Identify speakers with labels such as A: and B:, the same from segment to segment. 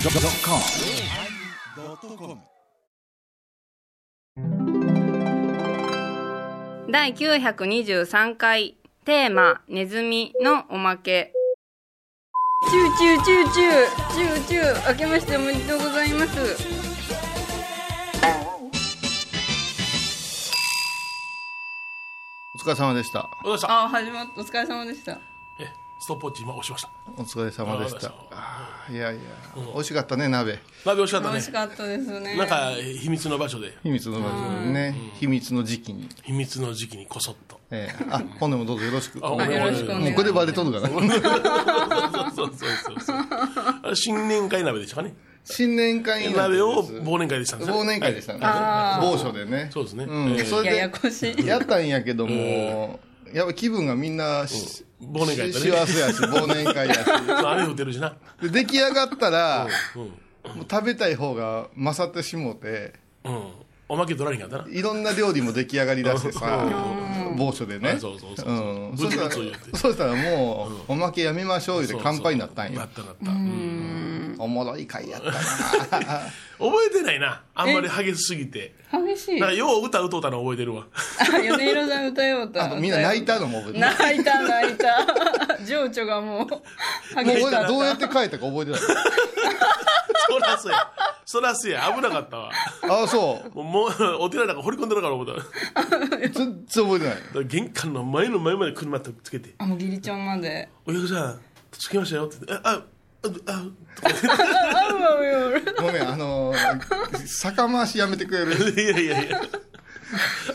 A: YONNIRI.com
B: 第923回テーマ「ネズミのおまけ」チューチューチューチューチューチュー明けましておめでとうございます
C: お疲れ様でした。
D: おはようございました。
B: あ始まったお疲れ様でした
D: え、ストップウォッチ今押しました。
C: お疲れ様でし
D: お
C: た
D: 疲れ様でし。
C: あーいやいや、美味しかったね、鍋。
D: 鍋美味しかった
B: 美
D: ね。
B: 味しかったですね
D: なんか秘密の場所で、
C: 秘密の場所でね、秘密の時期に。
D: 秘密の時期にこそっと。
C: えー、あ、本年もどうぞよろしく。
D: あ
C: もう
D: 本年もよろしくお願いします
C: これでバレとるかな。
D: そうそうそうそう。あれ新年会鍋でしたかね。
C: 新年会になって
D: 鍋
C: る
D: を
C: んです
D: 忘年会でしたんですよ
C: 忘年会でしたね。
B: あー
C: 某所でね。
D: そうですね。
C: うん
D: えー
C: それ
B: やや
C: で、
B: こしい
C: やったんやけども、やっぱ気分がみんなし、
D: 忘年会
C: し
D: だ
C: 幸せ
D: ね。
C: やし、忘年会やし。
D: そう雨降ってるしな。
C: で出来上がったら、
D: うん。
C: もう食べたい方が勝ってしもうて、
D: うん。おまけ取られへんかったな。
C: いろんな料理も出来上がりだしてさ、某所でね。
D: そうそう
C: う
D: そうそ
C: ん
D: う。
C: そ
D: ブ
C: したら
D: ツブツ言って。
C: そうしたらもう、おまけやめましょう言って乾杯になったん
D: な
C: よ
D: っ。たなった。うん
C: おもろい会やったな。
D: 覚えてないな。あんまり激しすぎて。
B: 激しい
D: なんかよう歌歌うたの覚えてるわ。
B: あ米広さん歌ようと
C: あみんな泣いたのも覚えて る
B: 泣いた泣いた情緒がもう激
C: も
B: し
C: う俺
B: からっ
C: どうやったて書いたか覚えてない。
D: そらそうや。そらそうや。危なかったわ。
C: ああ、そう。
D: もうもう、お寺なんか掘り込んでるから思った。
C: 全然覚えてない。
D: だから玄関の前の前まで車とつけて
B: あもうギリチョンまで
D: 「お客さんつけましたよ」って言って「あああ
B: あうわうわうわ
C: ごめん、あのー、酒回しやめてくれる。
D: あいやいやいや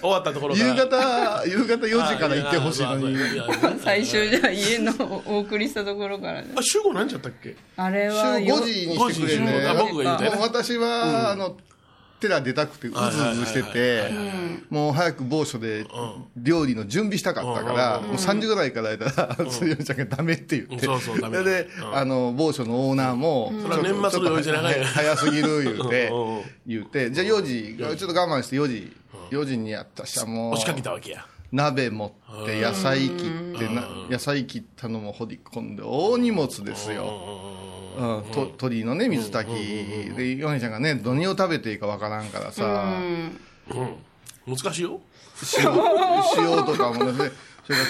D: 終わったところから
C: 夕方、夕方4時から行ってほしいのに
D: あ。ややや
B: 最初じゃあ家のお送りしたところからね
D: あ集合なんちゃったっけ
B: あれは
C: 週5時にしてくれて、
D: 5時に
B: あ僕が言うた
D: やつ
C: もう私は、あの、寺出たくて、うずうずしてて、もう早く某所で料理の準備したかったから、もう3時ぐらいからやったら、鶴山ちゃんがダメって言って、
D: うんそうそうダメだ
C: で、あの、某所のオーナーも、
D: れは年末の用事じゃない
C: ちょっと早すぎる言うて
D: うんうん、
C: 言うて、じゃあ4時、ちょっと我慢して4時、4時にやったしもう
D: 押し、かけたわけや
C: 鍋持って、野菜切ってな、野菜切ったのも掘り込んで、大荷物ですよ。うん、と鳥居のね水炊きでヨネちゃんがね何を食べていいかわからんからさ
D: 難しいよ
C: 塩塩とかもね でそれが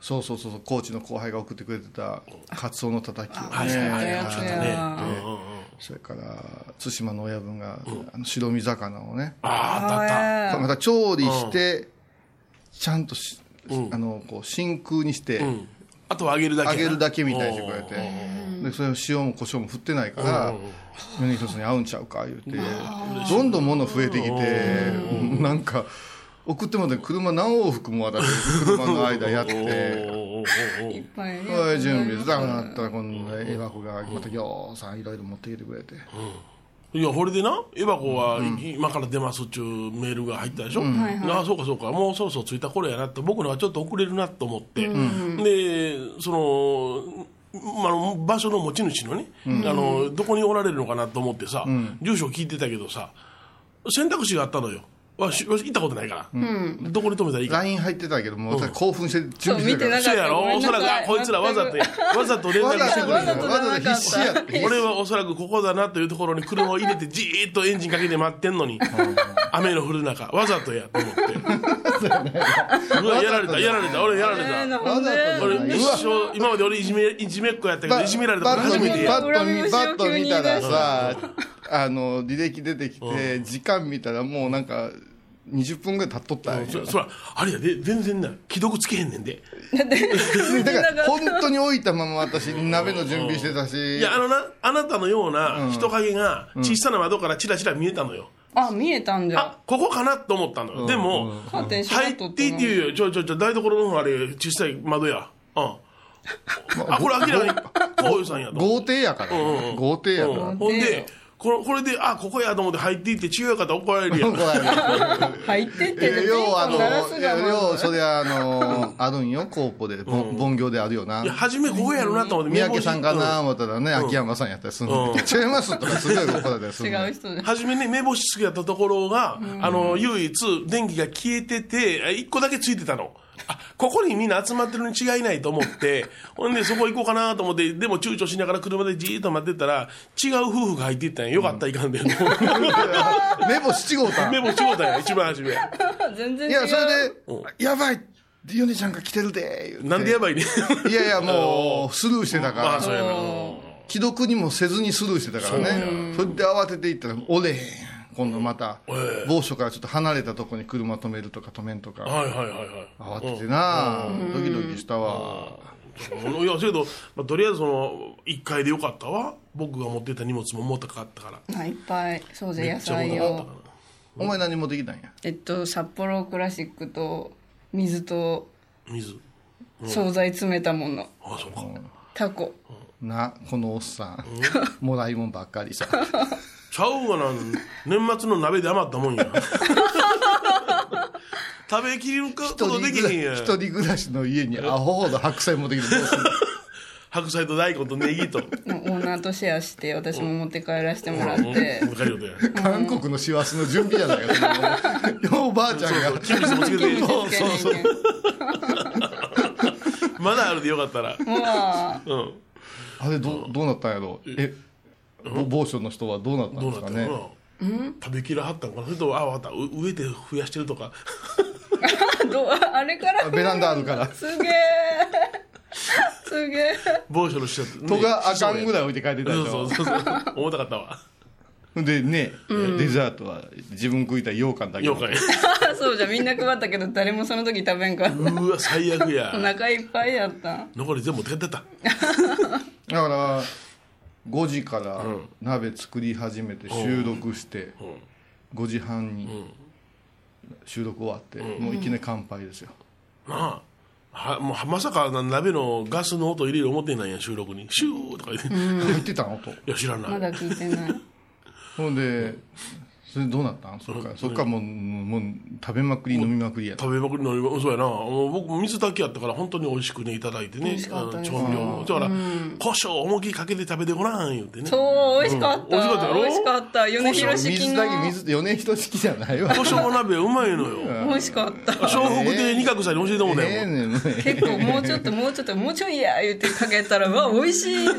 C: そうそうそうそう高知の後輩が送ってくれてたカツオのたたきを
D: はいはい
C: ね
D: はい
B: やつや
D: ね
C: それから対馬の親分があの白身魚をね
D: ああだった
B: あ
C: また調理してちゃんとし
D: ん
C: あのこう真空にして
D: うんあとは揚げるだけ
C: 揚げるだけみたいに
D: に
C: してくれてでそれを塩も胡椒も振ってないから米一つに合うんちゃうか言うてどんどん物増えてきてうんなんか送ってもらって車何往復も私車の間やって。
B: いっぱいね
C: おい準備だなったらこんなエバコがまたぎょうさんいろいろ持ってきてくれて
D: いや、これでな、エバコは今から出ますっちゅうメールが入ったでしょ、ああ、そうかそうか、もうそろそろ着いた頃やなって、僕のはちょっと遅れるなと思って、で、その、まあの、場所の持ち主のね、あの、どこにおられるのかなと思ってさ、住所聞いてたけどさ、選択肢があったのよ。わし、わし行ったことないから、どこに止めたらいいか。
C: LINE 入ってたけどもう私興奮して準備してた
B: そう見てなか
C: か
B: っ
D: そうやろ
B: ごめ
D: お
B: ん
D: そ
B: なさ
D: ら
B: い
D: く、あこいつらわざとや、わざと連
C: らわ
D: 絡
C: ざ
D: して
C: と
D: く
C: わ
D: れ
C: ざ
D: る
C: と
D: の
C: わざと必死やって
D: 俺はおそらくここだなというところに車を入れてじーっとエンジンかけて待ってんのに雨の降る中わざとやと思ってうわやられたやられた俺やられ
B: えーなん
D: た
B: で
C: わざと
D: 俺一生今まで俺いじめいじめっ子やったけど
C: バ
D: いじめられたこと
C: バッと
D: 初めて
C: 見
D: や
B: ッ
C: バッと見
B: 恨み節
C: バ
B: を
C: ッと
B: 急に
C: 見
B: 言
C: た
B: い出
C: ら
B: し
C: さ、あの、履歴出てきて、時間見たらもうなんか、20分ぐらい経っとったん
D: そ
C: よ。
D: そらあれやで全然な既読つけへんねんで
C: だから、本当に置いたまま私、鍋の準備してたし、
D: いやあのなあなたのような人影が小さな窓からチラチラ見えたのよ
B: あ見えたんじゃ
D: あここかなと思ったのよでも
B: カーテン閉ま
D: 入
B: っと
D: っ
B: った
D: ていいって言うよ。ちょいちょいちょい、台所の方あれ、小さい窓や。うん。あ、これ明らか に、こういうさんやと。
C: 豪邸やから
D: うんう
C: ね。
D: ん
C: 豪邸やか
D: う
C: ら
D: ん。ほんで、このこれで、あ、ここやと思って入っていって、違う方怒られるやん。
C: 怒られ
B: あ入ってっ
C: る
B: て
C: いや要はあ
B: ピンポン鳴らすが
C: の、
B: ま
C: 要
B: ず
C: はそれあの、あるんよ、コーポで、ぼん凡行であるよない
D: や、。初めここやろなと思って、
C: 三宅さんかな
D: うん
C: 思ったらね、秋山さんやったりする の。違いますとかすごい怒られたりするの
B: 違う。人で
D: 初めね、目星つけやったところが、あの、唯一、電気が消えてて、あ一個だけついてたの。あここにみんな集まってるに違いないと思って、 ほんでそこ行こうかなと思って、でも躊躇しながら車でじーっと待ってたら、違う夫婦が入っていったんや。よかった、い かんで。
C: メモ七号た
D: メモしようたんや、一番初め。
B: 全然
C: い
B: 違う
C: や、それで、やばい、ヨネちゃんが来てるで、言うて
D: なんでやばいね。
C: いやいや、もう、スルーしてた
D: ま
C: か
D: あ、そう
C: ら、
D: やな。
C: 既読にもせずにスルーしてたからね。それで慌てていったら、おれへん。今度また、某所からちょっと離れたとこに車止めるとか止めんとか、
D: はいはいはいはい。
C: 慌ててなドキドキしたわ。
D: いや、せやけど、まあ、とりあえずその、1階でよかったわ。僕が持ってた荷物も重たかったから。
B: あいっぱいそうで
D: め
B: 野
D: っちゃ重
B: 菜
D: たかった
B: を
D: か
C: お前何持ってきたんや。
B: えっと札幌クラシックと水と
D: ら。水。
B: 惣菜詰めたもの
D: あ、そうか。
B: タコ
C: な、このおっさん。 もらいもんばっかりさ。
D: ちゃうわな、年末の鍋で余ったもんや。食べきることできへんやん。
C: 一人暮らしの家にアホほど白菜持ってきてどうする
D: 白菜と大根とネギと。うん
B: のオーナーとシェアして私も持って帰らせてもらって
D: わかるよね。
C: 韓国の師走の準備じゃないか それもうおばあちゃんが
D: キムチもつけて。
B: 気をつけないけん
D: まだあるでよかったら。
B: うわ
D: うん。
C: あれどうどうなったんやろうえぼ某所の人はどうなったん
D: どう
C: です
D: なった
C: か
D: の
C: ね
D: かな。食べきらはったんかな。それとも、あ、わかった。う植えて増やしてると か。
B: ーどうあれから
C: あベランダある から
B: すげえすげえ
D: 某所の人だってね
C: 戸があかんぐらい置いて帰ってた
D: そ
C: で
D: う
C: し
D: そ
C: ょ
D: うそうそう。重たかったわ。
C: でねデザートは自分食いたい羊羹だけ
D: ようかい。
B: そうじゃみんな配ったけど誰もその時食べんかった
D: うわ、最悪や
B: お。腹いっぱいやった
D: 残り全部持って帰ってった。
C: だから5時から鍋作り始めて収録して5時半に収録終わってもういきなり乾杯ですよ
D: なあはもうまさかな鍋のガスの音入れる思ってないやん収録にシューとか言って、い
C: 入ってたのと
D: や知らない、
B: まだ聞いてない
C: ほんでそれどうなったんそっからそっからもうもう食べまくり飲みまくりや
D: 食べまくりのりそうやなもう僕水炊きやったから本当に美味しくねいただいてね
B: 味しかった
D: あの
B: です
D: 調味料もだから、胡椒思いっきりかけて食べてごらん言うてね
B: そう美味しかった、
D: うん美味しかったやろ
B: 美味しかった米広式
C: 水
B: の
C: だけ水4年一式じゃないわ
D: 胡椒鍋うまいのよ
B: 美味しかった
D: 小北で二角さんに教えてもら
C: え
D: え
C: え
D: よ、
C: ねんね
B: 結構もうちょっともうちょっともうちょいや言ってかけたらうわ美味しいって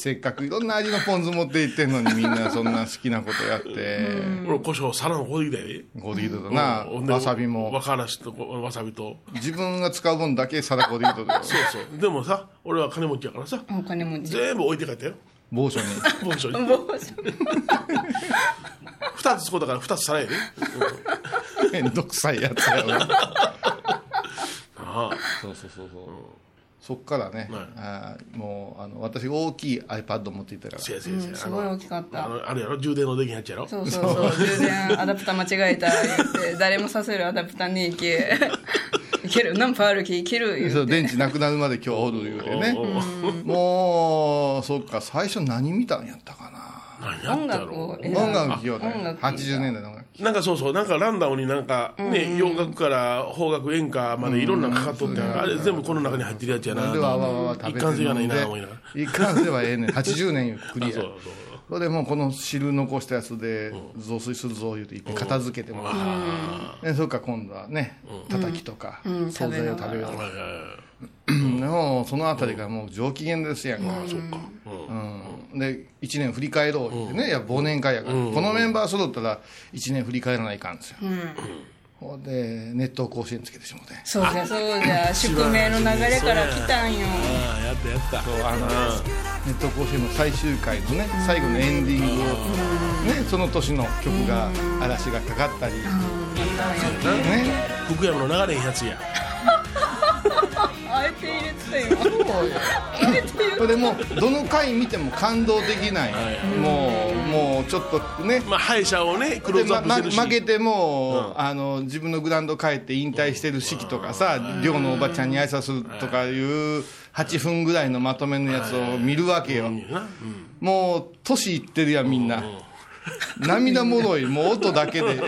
C: せっかくいろんな味のポン酢持って行ってんのにみんなそんな好きなことやって
D: 俺胡椒さらのほうできたで
C: ゴディードだ
D: ほん
C: な
D: で
C: わさび
D: わ
C: も
D: からしとこわさびと
C: 自分が使う分だけサダゴディードだよ
D: そうそうでもさ俺は金持ちやからさ
B: お金持ち
D: 全部置いて帰ったよ
C: 某所に
D: 文章に
B: もう
D: 2つそうだから2つ皿やで
C: めんどくさいやつやな
D: ああ
C: そうそうそうそうそっからね
D: はい
C: あーもうあの私大きい iPad 持っていったから
D: せやせやせや、
B: すごい大きかっ
D: あ
B: た
D: のあれやろ充電のできへんやつやろ
B: そうそうそう充電アダプター間違えた言って誰もさせるアダプターに行けいける何パーあるきいける言
C: そうう電池なくなるまで今日おる言うてねもうそっか最初何見たんやったかな
D: 何や
B: 音
D: ったや
B: 楽を
D: ろ
B: 選んだ
C: 音楽聴きようた
B: 音楽聴いた
C: 80年代の音楽
D: なんかそうそうなんかランダムになんかね、洋楽から邦楽演歌までいろんなのかかっとって、あれ全部この中に入ってるやつやな
C: でわわわわ食べ
D: 一
C: て
D: 貫性がないな
C: 飲んで
D: 思いながら
C: 一貫性はええねん80年クリア
D: そう
C: それでもうこの汁残したやつで増水するぞ言うて一回片付けてもらってでそっから今度はねたたきとか
B: ん
C: 惣菜を食べようと
D: そ
C: か
D: うはいはいは
C: でもそのあたりからもう上機嫌ですやんか
D: いそっか、うん
C: うんで1年振り返ろうってね、いや忘年会やから、このメンバー揃ったら1年振り返らないかんですよ、ほんで熱湯甲子園つけてしもて
B: そうじゃそうじゃ宿命の流れから来たんよ
D: ああやったやった
C: あの熱湯甲子園の最終回のね最後のエンディングを、ね、その年の曲が嵐がかかったり、ね
D: 福山の流れへんやつ や
B: あえて入れてたよあえて入れて
C: それもどの回見ても感動的なんや、もうもうちょっとね
D: まあ敗者をねクロ
C: で
D: ーズア
C: ま
D: ップし
C: ま
D: てるし、
C: 負けても、あの自分のグラウンド帰って引退してる式とかさ、寮のおばちゃんに挨拶するとかいう8分ぐらいのまとめのやつを見るわけよ、
D: うんなうん
C: もう年いってるやんみんな、涙もろい、もう音だけで、なん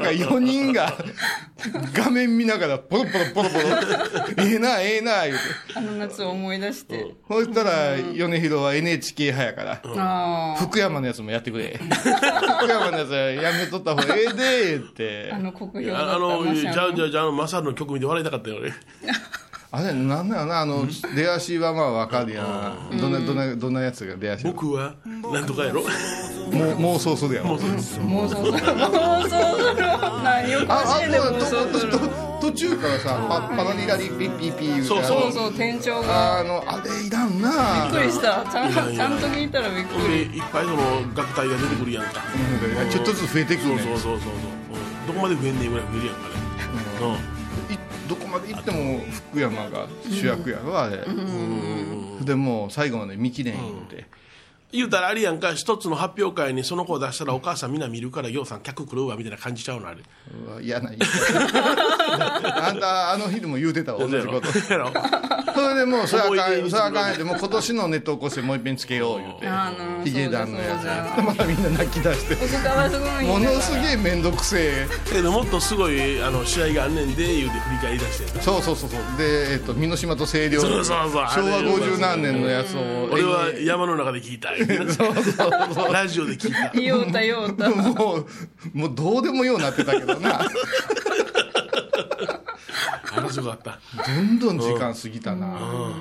C: か4人が画面見ながら、ポロポロポロポロ、ええな、ええな、言うて。
B: あの夏を思い出して。
C: そしたら、米広は NHK 派やから、
B: ああ。
C: 福山のやつもやってくれ。福山のやつはやめとった方がええで、って
B: あ。の国評
D: あ
B: だ
D: あ
B: った
D: の、じゃあじ
B: ゃ
D: ゃあじゃあ、あの、マサルの曲見て笑いたかったよ、俺。
C: あれ、なんだよな、あの、出足はまあわかるやん。どんな、どんな、どんなやつが出足も
D: 僕は、なんとかやろ。
C: う、もうそうするやん。
B: 妄想する。妄想する。何を
C: あ、
B: かしいで妄
C: あ、
B: 想
C: と、
B: する
C: と、。と、途中からさ、パパラリラリピッピッピ言うて
D: そう
B: そうそう、店長が。
C: あの、あれいらんな
B: びっくりした。ちゃん
D: いやいや
B: ちゃんと聞いたらびっく
D: ほん
B: り。
D: で、いっぱいその、楽隊が出てくるやんか。
C: うんちょっとずつ増えてく
D: そ
C: る
D: う
C: ね
D: そ。うそうそうそう。うんどこまで増えんねんぐらい増えるやんかね。
C: いどこまで行っても福山が主役やろあれでもう最後まで見きれん言うて
D: 言うたらあれやんか、一つの発表会にその子を出したらお母さんみんな見るから、ようさん客来るわ、みたいな感じちゃうの、あれ。
C: うわ嫌な言い方あんたあの日でも言うてたわ同じこと
D: やろ
C: それでもうそれあか
D: 思い出
C: ん
D: に
C: それあかんってもう今年のネット起こしてもう一遍つけよう言うて
B: あの
C: ヒゲダンのやつ
B: そうだ
C: やってまたみんな泣き出して
B: そこからすごいんだ
C: ものすげえ面倒くせえ
D: けどもっとすごいあの試合があんねんで言うて振り返り出してんな
C: そうそうそうそうで、えっと、美濃島と清涼
D: そうそうそう
C: 昭和50何年のやつを
D: 俺は山の中で聞いたラジオで聞いた
B: 言おうた言おうた。
C: もうもうどうでもようなってたけどな
D: あれすごかった
C: どんどん時間過ぎたな。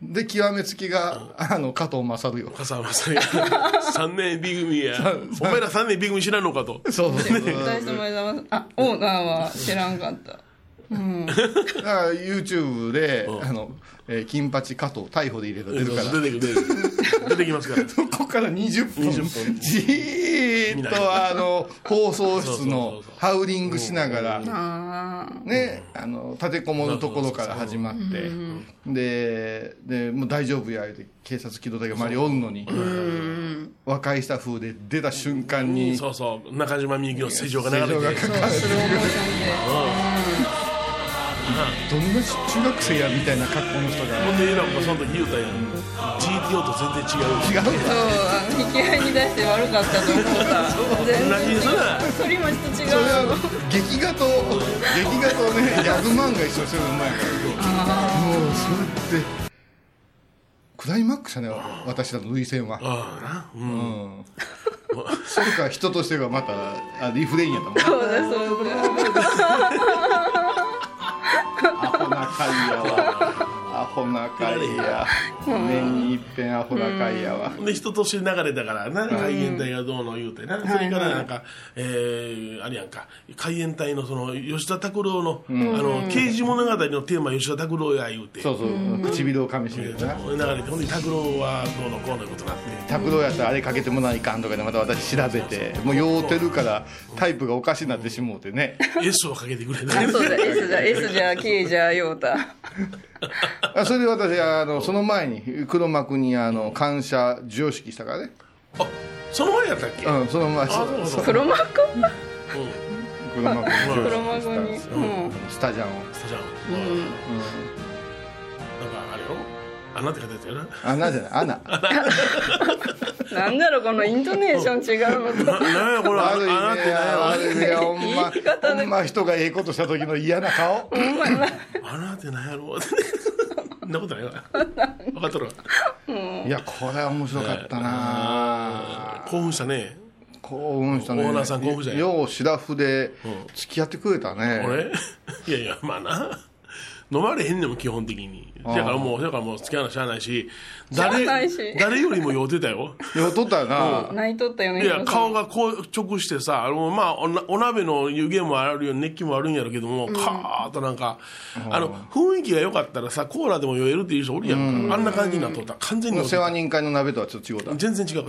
C: で、極めつきが、あの、加藤勝よ。
D: 笠原さんが3年 B 組やお前ら3年 B 組知らんのかと
C: そう そうそう。
B: 大した前澤さんあ、オーナーは知らんかった。
C: だから YouTube で、あの、えー金八加藤逮捕で入れたら出るから。
D: 出てくる出てきますから
C: そこから20分、じーっと、あの、放送室
D: そうそうそ
C: の
D: うそう
C: ハウリングしながら、
B: ああ。
C: ね、あの、立てこもるところから始まって、で、で、もう大丈夫や、言うて、警察機動隊が周りおるのに、和解した風で出た瞬間に、
D: そうそう中島みゆきの成長が流れて
C: か
B: そう、スローモーションで。
C: どんな中学生やみたいな格好の人が
D: ほんでえな子がその時言うたやん GTO と全然違う
C: 違う
B: そう、あの引き合いに出して悪かったと思った。全
D: 同じ
B: 然
D: にすな
B: 反町と違
C: それ
B: う。
C: は劇画と劇画とねギャグ漫画一緒にするのうまいからもうそれってクライマックスだね私らの涙腺は
D: ああなうん
C: それから人としてがまたあリフレインやったもん
B: そうだそうだ。
C: アホな会やわアホな会や年に一遍アホな会やわ
D: で、一年流れだからな、海援隊がどうの言うてな、それからなんか、えー、あれやんか、海援隊のその、吉田拓郎の、あの、刑事物語のテーマ吉田拓郎や言うて、
C: そうそう唇を噛みしめてな
D: 流れて、ほんで拓郎はどうのこうのいうことになって、
C: 拓郎やったらあれかけてもないかんとかでまた私調べてもう酔うてるからタイプがおかしになってしもうて ね
D: S をかけてくれた。
B: あそうだ、S じゃ、S じゃ、K じゃ、ヨータ。
C: あそれで私あのその前に黒幕にあの感謝授与式したからね
D: あ、その前やったっけ、
C: うんその前
D: あ、そうそう。
B: 黒幕
C: 黒幕に授
B: 黒
C: 与
B: 幕
C: 式したんで
B: に
C: す。よ
B: うん。
C: スタジャンを
D: じゃん。うん。なんかあれよ、穴って書いてあったよな。
C: 穴じゃない穴
B: なんだろう、このイントネーション違うのと。
D: なんやこれ、穴
C: 悪い
D: って
C: ね
D: なんや
C: 悪い ねほんま
B: 言い方ね
C: ほんま人がええことした時の嫌な顔
D: 穴ってなんやろ そんなことな いわ。分かっとるわ。
C: いやこれは面白かったな
D: 興奮したね。
C: 興奮したね
D: オーナーさん興奮したよ
C: ようシラフで付き合ってくれたね
D: 俺 いやいや、まあな。飲まれへんねんもん基本的に。だからもう、だからもう付き合うのしゃあないし、
B: しゃあな
D: 誰
B: いし、
D: 誰よりも酔うてたよ。
C: ようとったよな
B: 泣いとったよね。
D: いや、顔
B: が。
D: が硬直してさ、あの、まあ、おなお鍋の湯気もあるよ、熱気もあるんやろうけども、カーッとなんか、あの、雰囲気が良かったらさ、コーラでも酔えるっていう人おるやんか。あんな感じになっとった。完全に酔うて
C: 世
D: た
C: 話人会の鍋とはちょっと違うた
D: 全然違かっ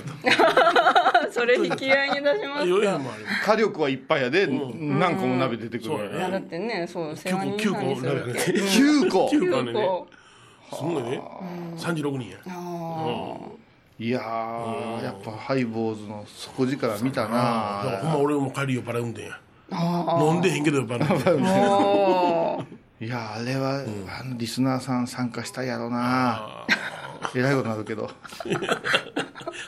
B: それ引き合いに出しま
D: た。
B: す
D: 酔えへ
B: か
D: ん。もんあれ。
C: 火力はいっぱいやで、何個も鍋出てくる
D: そう
C: か
D: や
C: ら
B: だっ
D: ね
B: てね、そう、世話
D: 9
B: 人
D: 個、
B: さん
D: 9
B: に
D: 個
B: する
D: 鍋や
B: っ
D: ね
B: て。。
C: 9個
D: 9個あん
B: 9
D: ねんね。
B: 個。
D: すごいね。36人や。
C: いやー、やっぱハイボーズの底力見た
D: だから
C: な
D: ほんま俺も帰り酔っ払うんだよ飲んでへんけど酔 っ払うんだよ
B: おー
C: いやーあれは、あのリスナーさん参加したいやろなえらいことなるけど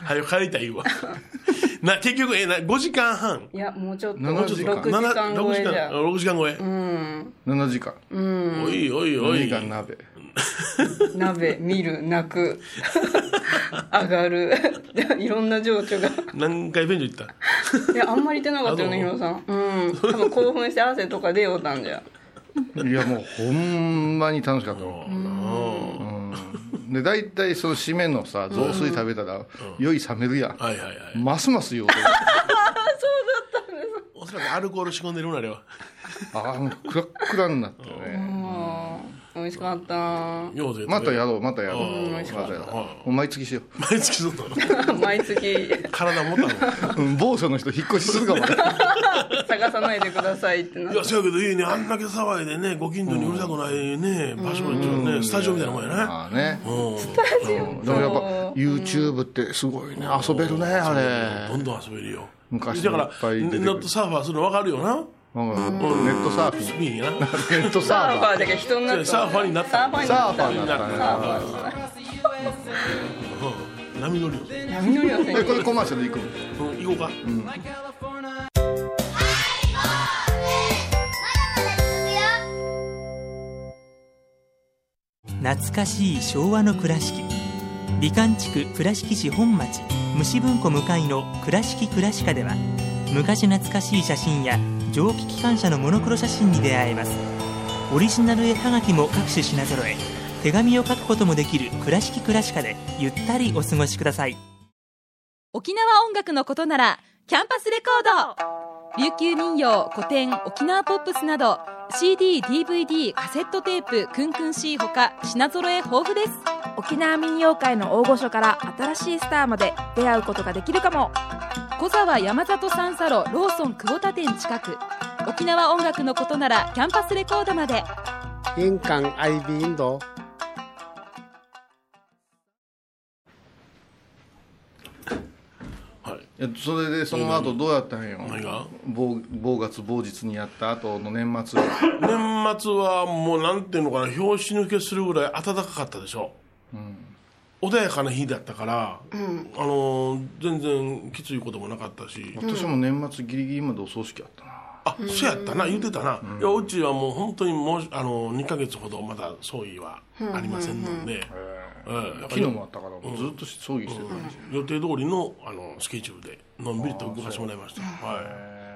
D: 早く帰りたいわ な結局、えな5時間半。
B: いや、もうちょっと。
C: 7時間
B: 6時間超えじゃ。
D: 6時間超え。
B: うん。
C: 7時間
D: おいおいお
C: 2
D: い
C: 時。間鍋
B: 鍋、見る、泣く、上がる。 いろんな情緒が。
D: 何回便所行った
B: いや、あんまり出なかったよね、ヒロさん。うん。多分興奮して汗とか出ようたんじゃ。
C: いやもうほんまに楽しかったわうんで大体その締めのさ雑炊食べたら酔い冷めるやん
D: はいはいはい。
C: ますます酔うてる
D: おそらくアルコール仕込んでるな、あれは。
C: ああもうクラックラになったよね
B: うん。美味しかった。
D: ようぜ。
C: またやろうまたやろ
D: うん
C: うまたやろうもう毎月しよ
D: 毎月そうなの。
B: 毎月
D: 体持 たの。
C: ううん某所の人引っ越しするかも ね
B: 探さないでくださいってなっ
D: い
B: て
D: や、そうやけどいいね。あんだけ騒いでね、ご近所にうるさくないね、場所にね、スタジオみたいなもんやね。
C: まあね
D: うん。
C: うんでもやっぱ YouTube ってすごいね遊べるねあれ
D: どんどん遊べるよ。
C: 昔
D: だ
C: の
D: か
C: いっぱ
D: ら、
C: い出てくる
D: ネットサーファーするの分かるよ
C: う
D: な。
C: んネットサーフィ
D: いいな。
C: ンネットサ
B: サ
C: ー
B: ー
C: フ
B: フ
C: ァ
B: ァーだけど人になった
D: サーファーになった
B: サーファー
C: ー
B: に
C: サ
B: な
C: ー
B: っ
C: ファ
B: た
C: ーになったね
B: サーファーだった
D: うん波乗りよ。
B: 闇のりの
C: え
B: 先
C: これコマーシャルでいくの
D: うん行こうか。
A: 懐かしい昭和の倉敷美観地区倉敷市本町虫文庫向かいの「倉敷倉歯科」では昔懐かしい写真や蒸気機関車のモノクロ写真に出会えますオリジナル絵はがきも各種品揃え手紙を書くこともできる「倉敷倉歯科」でゆったりお過ごしください
E: 沖縄音楽のことならキャンパスレコード琉球民謡古典沖縄ポップスなど CDDVD カセットテープクンクン C ほか品揃え豊富です
F: 沖縄民謡界の大御所から新しいスターまで出会うことができるかも
E: 小沢山里三佐路ローソン久保田店近く沖縄音楽のことならキャンパスレコードまで
G: 印鑑 IB 印度
D: はい。
C: いやそれでその後どうやったんよ
D: 何が
C: 某某月某日にやった後の年末
D: 年末はもうなんていうのかな、拍子抜けするぐらい暖かかったでしょ。穏やかな日だったから、あのー全然きついこともなかったし、
C: 私も年末ギリギリまでお葬式やったな
D: あ、そうやったな、言ってたな。いや、うちはもう本当にもう、あのー、2ヶ月ほどまだ葬儀はありませんので、ええ
C: 昨日もあったからもうずっと葬儀してた感じ
D: 予定通りのあのスケジュールでのんびりと動かしてもらいましたは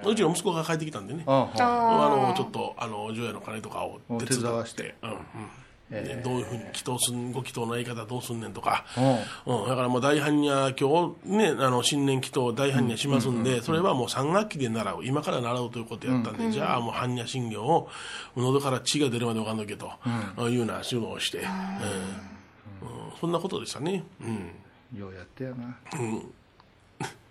D: い、うちの息子が帰ってきたんでねあ
C: ああは
D: のちょっとあの除夜の鐘とかを手伝
C: 手伝
D: っ
C: わ
D: て
C: して
D: うんうんでどういうふうに祈祷すんご祈祷の言い方どうすんねんとか、
C: う
D: うんだからもう大般若今日ねあの新年祈祷大般若しますんで、それはもう3学期で習う今から習うということやったんで、じゃあもう般若心経を喉から血が出るまでおかんどけと、いうような修行をして、うんうんそんなことでしたねうん
C: いようやってやな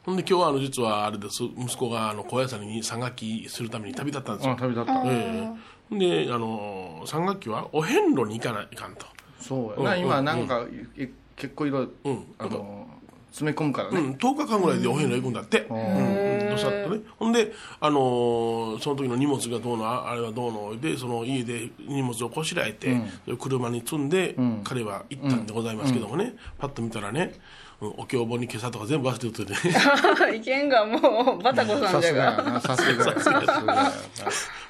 D: ほんで今日はあの実はあれです息子があの高野山に3学期するために旅立ったんです
C: あ
D: よ、
C: 旅立った
D: ええであの3学期はお遍路に行かないかんと、
C: そうやな今なんかえ結構いろいろ
D: ん
C: あの詰め込むから
D: う
C: ね
D: ん、10日間ぐらいでお遍路行くんだって、うん、どさっとねほんであのーその時の荷物がどうのああれはどうのでその家で荷物をこしらえて、それ車に積んで、彼は行ったんでございますけどもね、パッと見たらねうんお経本に今朝とか全部忘れててね
B: 生意見がもうバタコさん
C: さ
B: じゃ
C: すがや
B: が
C: なさすがやなさすがやな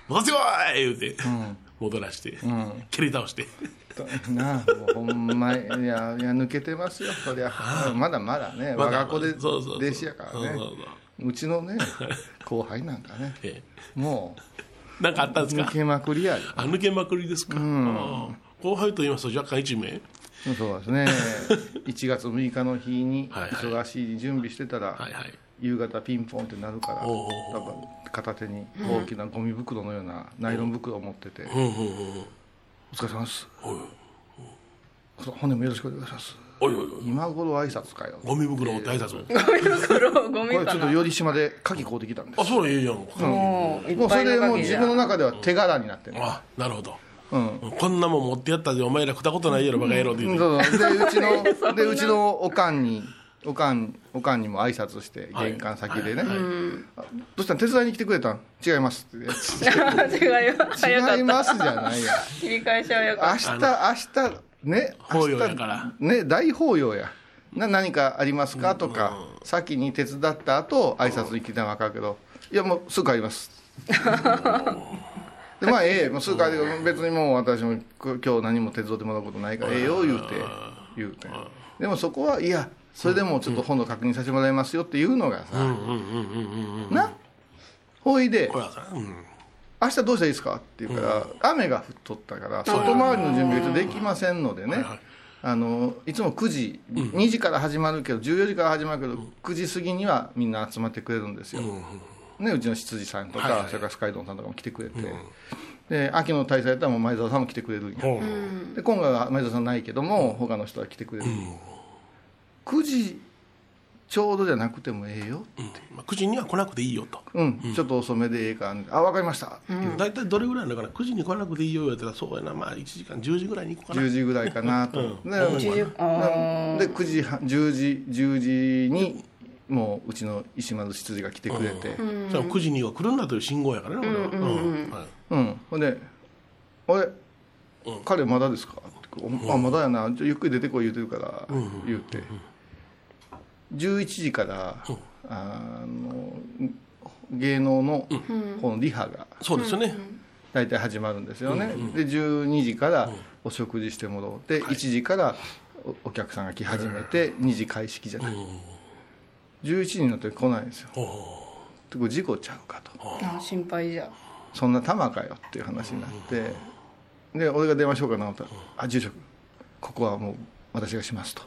D: 戻ってこい言うて、戻らして、蹴り倒して
C: なあもうほんまいやいや抜けてますよそりゃまだまだね
D: ま
C: 我
D: だ
C: が子で
D: そうそうそう
C: 弟子やから
D: そう
C: ね
D: そうそう
C: うち のね後輩なんかね
D: え
C: も
D: えなんかあったん
C: う
D: です
C: 抜
D: か
C: けまくりやで
D: あ抜けまくりですか、ああ後輩と言いますと若干1名
C: そう ですね1月6日の日に
D: はいはい
C: 忙しい準備してたら、
D: はいはい
C: 夕方ピンポンってなるから
D: おうおう
C: 多分片手に大きなゴミ袋のようなナイロン袋を持ってて「
D: うんうんうん
C: お疲れ様です
D: おい
C: 本年もよろしくお願いします
D: おいおいおい」
C: 今頃挨拶かよ
D: ゴミ袋持って挨拶、
B: 袋ゴミ
C: これち
B: か
C: ょっと
B: な
C: 寄り島で牡蠣買うてきたんで
D: あ
C: す
D: そうだいいやん
B: もうい
C: も
B: っ
C: うそ
B: ぱい
C: れでも
B: の
C: う
B: 限り
C: 自
B: だ
C: 分の中では手柄になってる、
D: あなるほど、
C: うん
D: こんなもん持ってやったぜお前ら食ったことないやろバカ野郎って言って、
C: そうそうでうちのでうちのおかんにおかんおかんにも挨拶して
D: はい
C: 玄関先でね「あどうしたん手伝いに来てくれたん違います」っ
B: 違
C: て
B: いは早か
C: 違い
B: っ
C: ます」じゃないや
B: た切り返しは早か
C: 明
B: っ
C: 日明日ね
D: 法要やから
C: 明日ね大法要やな何かありますかとか、先に手伝った後挨拶に来たのはあかんけど、いや、もうすぐ帰り ます。でまあ、ええ、もうすぐ帰り別にもう私も今日何も手伝ってもらうことないから、ええよ、言うて、言うて。でもそこは、いや、それでもちょっと本の確認させてもらいますよっていうのがさ、な、ほいで、
D: 小屋さんうん
C: 明日どうしたらいいですかって言うから、雨が降っとったから、外回りの準備ができませんのでね、あのいつも9時、2時から始まるけど、14時から始まるけど、9時過ぎにはみんな集まってくれるんですよ、ね、うちの執事さんとか、
D: はいはい
C: それからスカイドンさんとかも来てくれて、で秋の大祭やったら、もう前澤さんも来てくれるんや、
D: ほう
C: で今回は前澤さんないけども、他の人は来てくれる、9時ちょうどじゃなくてもええよ、
D: まあ9時には来なくていいよと。
C: うん、ちょっと遅めでええから、あ分かりました、
D: 大体どれぐらいだから9時に来なくていいよやったらそうやなまあ1時間10時ぐらいに行こうか
C: 10
D: な
C: 時ぐらいかなと、で
B: あ
C: で9時半10時10時にもううちの石丸執事が来てくれて
D: そしたら9時には来るんだという信号やからねこれはうんはい
C: うんほんで「あれ、彼まだですか?」っておあまだやなじゃあゆっくり出てこい」言うてるから、言うて11時から、あの芸能のこのリハが
D: そうですよね
C: 大体始まるんですよね、で12時からお食事してもらおうで、1時からおお客さんが来始めて2時開式じゃない、11時になって来ないんですよでこれ事故ちゃうかと
B: あ心配じゃ
C: そんな玉かよっていう話になってで俺が電話しようかなと思ったら「あ住職ここはもう私がします」と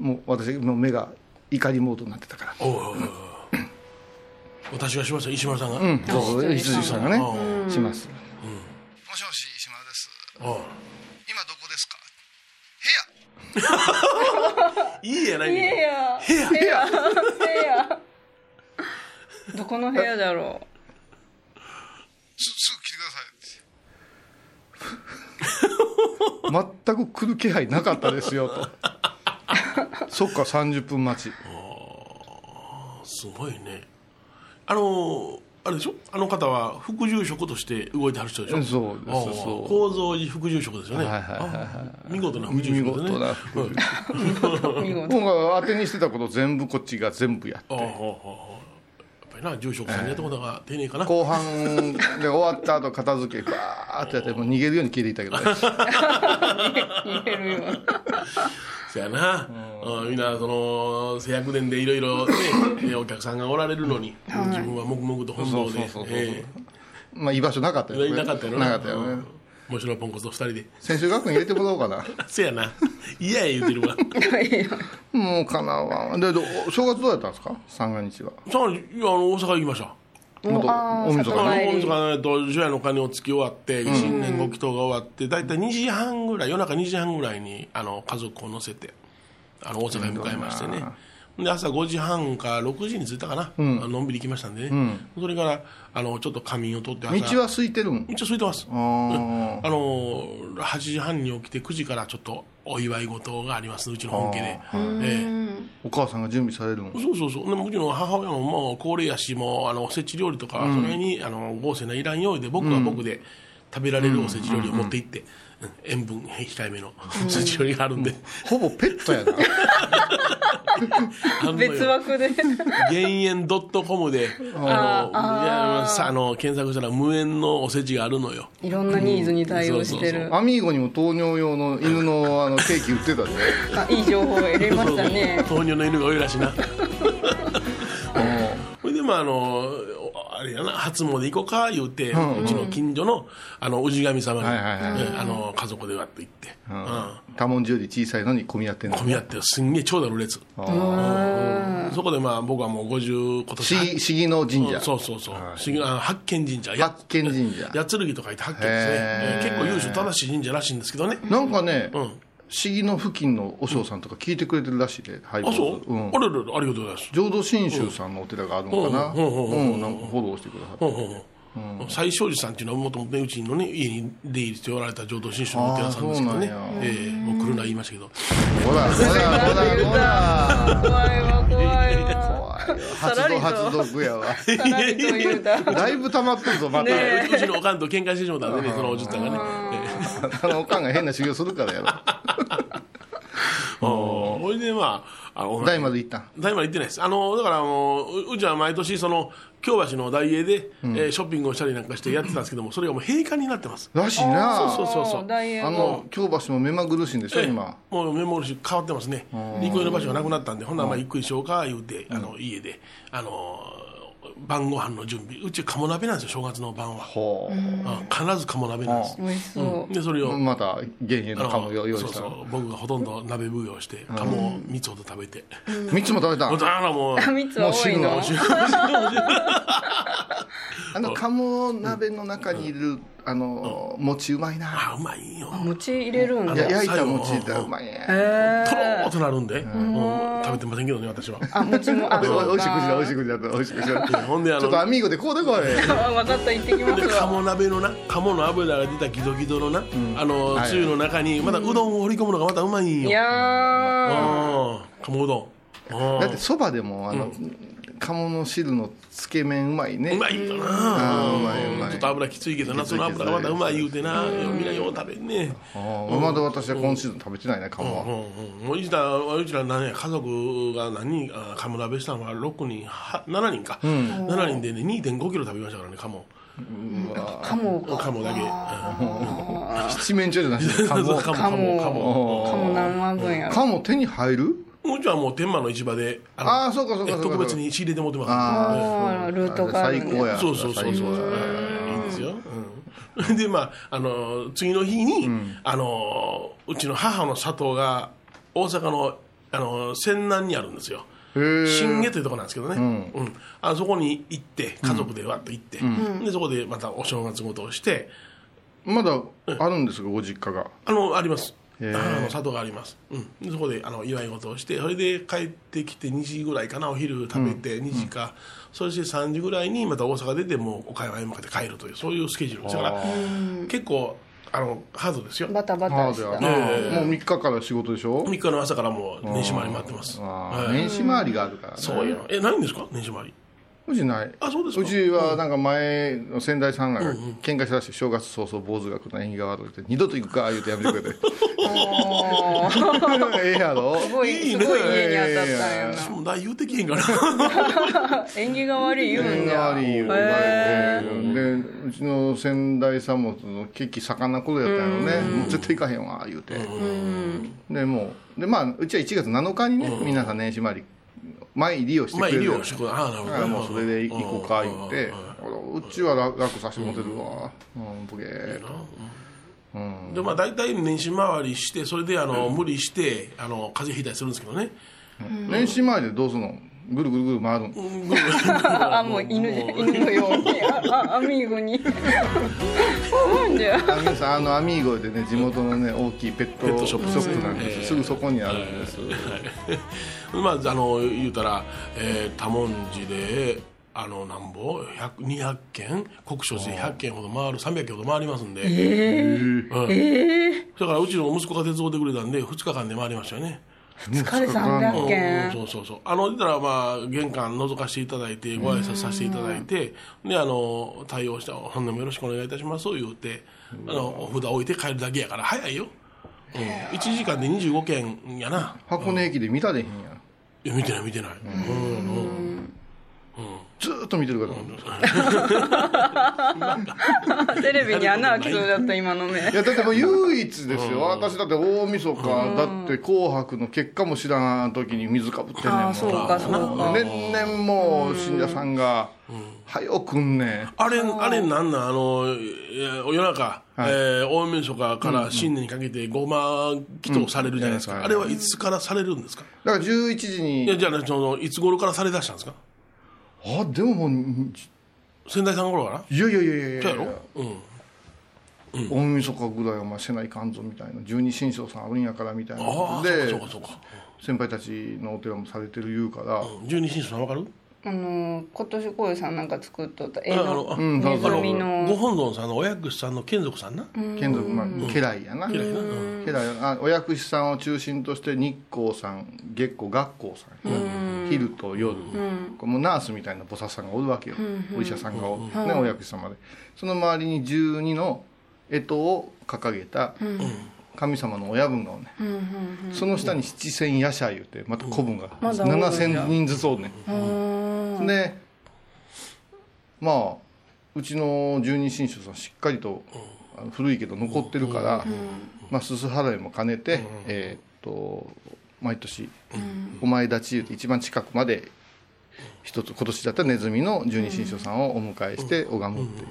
D: うん
C: もう私もう目が怒りモードになってたから
D: おうおうおうおう私がしました石丸さんが
C: うんそうそう羊さんがねします
H: もしもし石丸です
D: おう
H: 今どこですか
D: いいやない
B: いやい
D: け
B: や部屋部屋どこの部屋だろ
H: すすぐ来てくださいって
C: 全く来る気配なかったですよ とそっか30分待ち
D: どすごいねあのーあれでしょあの方は副住職として動いてはる人でしょ
C: そうです
D: ああ
C: そう
D: 構造寺副住職ですよね
C: はいはいはいはい
D: ああ見事な副
C: 見
D: 住職ですね
C: 事な
D: うん
B: う見事
C: 僕が当てにしてたこと全部こっちが全部やっ
D: ああああ
C: て
D: ああやっぱりな住職さんにやったことが丁寧かな
C: 後半で終わった後片付けバーってやってもう逃げるように消えていったけどね
B: 言えるよ
D: そやな、うん、みんなその製薬店でいろいろね えお客さんがおられるのに、自分は黙々と本堂で
C: そうそうそうそう
D: え
C: まあ居場所なかった
D: え
C: よね
D: なかったよな
C: なかったよね、
D: うんもちろんポンコツと二人で
C: 先週学院入れてもらおうかな
D: せやな 嫌や言うてるわ
C: もうかなわんでど正月どうやったんですか三が日は
D: そういやあの大阪行きました
C: もっと大晦
D: あ
C: 日
D: の
C: ね
D: 大阪と除夜の鐘をつき終わって、新年ご祈祷が終わって大体2時半ぐらい夜中2時半ぐらいにあの家族を乗せてあの大阪へ向かいましてねで朝5時半か6時に着いたかな、あのんびり行きましたんでね、それからあのちょっと仮眠を取って朝
C: 道は空いてるん
D: 一応空いてます
C: あー
D: あの8時半に起きて9時からちょっとお祝い事がありますうちの本家で、ええ
C: お母さんが準備されるん
D: そうそうそうでもうちの母親ももう高齢やしもうあのおせち料理とか、その辺にあの豪勢ないらん用意で僕は僕で食べられるおせち料理を持って行って、うん塩分控えめのおせち料理があるんで、
C: ほぼペットやな
D: あの
B: 別枠で
D: 減塩 .com であのいやまあさあの検索したら無塩のおせちがあるのよ
B: いろんなニーズに対応してる
C: アミーゴにも糖尿用の犬のあのケーキ売ってたで
B: あいい情報を得れましたね
D: 糖尿の犬が多いらしいなそれでまああのあれやな初詣行こうか言うて、うちの近所のあの氏神様に、
C: はいはいはい
D: えあの家族でわって行って、うん
C: 多文字より小さいのに混み合ってんの
D: 混み合ってすんげえ長蛇の列うんそこでまあ僕はもう50今年
C: し市議の神社
D: そうそうそう、しあの八犬神社
C: 八犬神社
D: やつるぎと書いて八犬ですね、
C: へー
D: えー結構優秀正しい神社らしいんですけどね
C: なんかね、
D: うん
C: 市議の付近の和尚さんとか聞いてくれてるらしいで、ハイボ
D: あそ
C: ール
D: う、
C: うん
D: あれれれありがとうございます
C: 浄土真宗さんのお寺があるのかな、
D: うんうんう
C: うん、なんかフォローしてくださって、
D: ほうほうほう最勝寺さんっていうのはもともとねうちのね家に出入りしておられた浄土真宗のお寺さんですけどね
C: あーそうなんや
D: ええもう来るな言いましたけど
C: ほら、ほら、ほら、
B: 怖いわ怖いわ
C: ほら、怖いよ
B: さ
C: 発
B: らり
C: 動
B: と
C: 発読やわ、
B: さらりと言うた
C: だいぶ溜まってるぞ、また、
B: ね
D: うちのおかんと喧嘩してしまったんでねそのおじさんがねええ
C: あのおかんが変な修行するからやろ、
D: ほいれでまあ、あの、
C: 台まで行ったん
D: 大まで行ってないです。あの、だからもう、ううちは毎年、その、京橋の大英で、えーショッピングをしたりなんかしてやってたんですけども、それがもう閉館になってます。
C: らしいな
D: そうそうそう。
B: 大英
C: あの京橋も目まぐるしいんでしょ
D: ええ
C: 今
D: もうメモるし変わってますね、憩いの場所がなくなったんで、ほんならまあゆっくりしようか言うて、あの家で、あのー晩ご飯の準備、うち鴨鍋なんですよ、正月の晩は、
C: ほう
D: うん必ず鴨鍋なんです、
B: 美味しそう、
D: でそれを、
C: また原油
D: あ
C: の鴨を用意
D: そう
C: した
D: そう、僕がほとんど鍋奉行して、鴨を3つほど食べて、
C: 三つも食べた
D: ほんと
C: ん
D: あ らもう、
B: 蜜は多い
C: も
B: の
C: う死あの鴨鍋の中にいるあの餅うまいな
D: あうまいよ、
B: 餅入れるんだ
C: いや焼いた餅ってうまいね
D: とろーっとなるんで、うん食べてませんけどね、私は。
B: あ餅もあ
C: おい
B: そうか
C: おいしくしろおいしくしろおいしくしろ
D: ほんであの
C: ちょっとアミーゴでこうでこい
B: あ分かった行ってきま
D: です
B: わ
D: 鴨鍋のな鴨の油が出たギドギドのな、あの
C: はい
D: つゆの中にまたうどんを織り込むのがまたうまいん
B: い
D: よ、
B: や
D: うん鴨うどん
C: だってそばでもあの鴨の汁のつけ麺うまいね
D: うんうまいよな
C: うんうまいうまい
D: ちょっと油きついけどな
C: きつ
D: そ
C: いけ
D: の
C: ど
D: 油がまたうまい言うてなみんなよう食べんね
C: あーまだ私は今シーズン食べてないね鴨
D: うん
C: は
D: うんもううちらうちら何や家族が何人あ鴨鍋したのは6人は7人か、7人でね2 5キロ食べましたからね鴨
B: ーカモ
D: 鴨だけ
C: 七面鳥じゃないし
D: うん
C: 鴨
D: 鴨鴨
B: 鴨
D: 鴨
B: カモ何万分やろ
C: 鴨手に入る
D: うんうちはもう天満の市場で
C: あ
D: あ
C: あそうかそ
D: の
C: うかそうか
D: 特別に仕入れて持ってます
C: あー
B: あールートがある
C: 最
B: ん
C: 高
B: だ
C: や
D: そうそうそうそう。
C: 最
D: い
C: 高や
D: いですよ。うん、 でまああの次の日に、あのうちの母の里が大阪のあの泉南にあるんですよ。
C: へえ
D: 新家というところなんですけどね、うんあそこに行って家族でわっと行って、でそこでまたお正月ごとをして
C: まだあるんですかご実家が
D: あのあります
C: へえ
D: 母の里があります、うん、でそこであの祝い事をしてそれで帰ってきて2時ぐらいかなお昼食べて2時か、そして3時ぐらいにまた大阪出てもう岡山へ向かって帰るというそういうスケジュールですだから結構あのハードですよ
B: バタバ
C: あ
B: タ
C: あ
B: し
C: で
B: た
C: は
B: は
C: なもう3日から仕事でしょ
D: 3日の朝からもう年始回り待ってます、
C: あ
D: は
C: あ
D: い
C: 年始回りがあるからね
D: そういうのえないんですか年始回り
C: うちない
D: あそうですか
C: うちはなんか前の先代さんが喧嘩したらしい正月早々坊主が来た縁起が悪くて二度と行くか言うてやめて くれて ええやろ
B: すごい
D: いい
B: す
D: ね
B: ごい家に当たったんやな
D: 私も大言うてきへんから
B: 縁起が悪い言うん
C: 縁
B: じゃ
C: が悪い言うてでうちの先代さんもその結構盛んな頃やったんやろねもう絶対行かへんわ言うてでもうでまあうちは1月7日にね皆さん年始回り前入りをして
D: まあ
C: く
D: 医
C: れる
D: 療職ああなるほ
C: だから
D: ど
C: もうそれで行こうか言ってうちは楽楽させてもらってるわうんボケーと
D: でまあ、大体年始回りしてそれであの、無理してあの風邪ひいたりするんですけどね
C: 年始前でどうすんのぐるぐるぐる回るん
B: あもう犬で犬のようにああアミーゴ にそうなんじゃ
C: あ皆さんあのアミーゴでね地元のね大きいペット
D: ペットショップですね
C: なんです、
D: ええ
C: すぐそこにあるんです、
D: まあ、あの言うたら、えー、多文字であのなんぼ100 200件国書寺で100件ほど回る300件ほど回りますんでええだからうちの息子が手伝ってくれたんで2日間で回りましたよね
B: 疲れ300
D: うん
B: 件
D: そうそうそうあの言ったらまあ玄関覗かせていただいてご挨拶させていただいてであの対応した「本年もよろしくお願いいたします」言うてあのお札置いて帰るだけやから早いよ、うん、1時間で25件やな
C: 箱根駅で見たでへんやん
D: いや見てない見てない、うんうん
C: ずーっと見てるかと思った、
B: テレビに穴開きそうだった今の目
C: いやだってもう唯一ですよ、私だって大晦日、だって「紅白」の結果も知らん時に水かぶってんねん
B: あ
C: も
B: あ
C: ん
B: そうかそうか
C: 年々もう信者さんが「はよくんねん」
D: あれ、あれなんなんあの、えー夜中、
C: はい
D: えー大晦日から新年にかけてごま祈祷されるじゃないですか、
C: うんうん
D: あれはいつからされるんですか、
C: だから11時
D: いや
C: に
D: じゃあ、そのいつ頃からされだしたんですか
C: あでももう
D: 仙台さん頃かない
C: やいやいやいやい
D: そう
C: や
D: やろ、うん、
C: 大晦日ぐらいお前せないかんぞみたいな十二神将さんあるんやからみたいな
D: あ
C: こ、
D: あ
C: と
D: そう
C: で
D: かそうかそうか。
C: 先輩たちのお寺もされてる言うから、
D: 十二神将さんわかる
B: あの今年こうさんなんか作っとった絵
D: ああの
B: の
D: あ
C: ん
B: ネズ
D: あ
B: ミ
D: のご
B: の
D: 本尊さんのお薬師さんの眷属さんな。
C: 眷属まあ家来やな家来
D: なう
C: あお薬師さんを中心として日光さん月光学光さんやな昼と夜こうもうナースみたいな菩薩さんがおるわけよお医者さんがおるねお薬師様でその周りに12の干支を掲げた神様の親分がおんねん
B: うんうん
C: その下に七千夜叉言うてまた古文が
B: まだ多いんや
C: 七千人ずつおんねん
B: うんうん
C: でまあうちの十二神将さんしっかりとあの古いけど残ってるから、まあ、すす払いも兼ねて、えーっと毎年お前立ち言うて一番近くまで一つ今年だったらネズミの十二神将さんをお迎えして拝むっていう。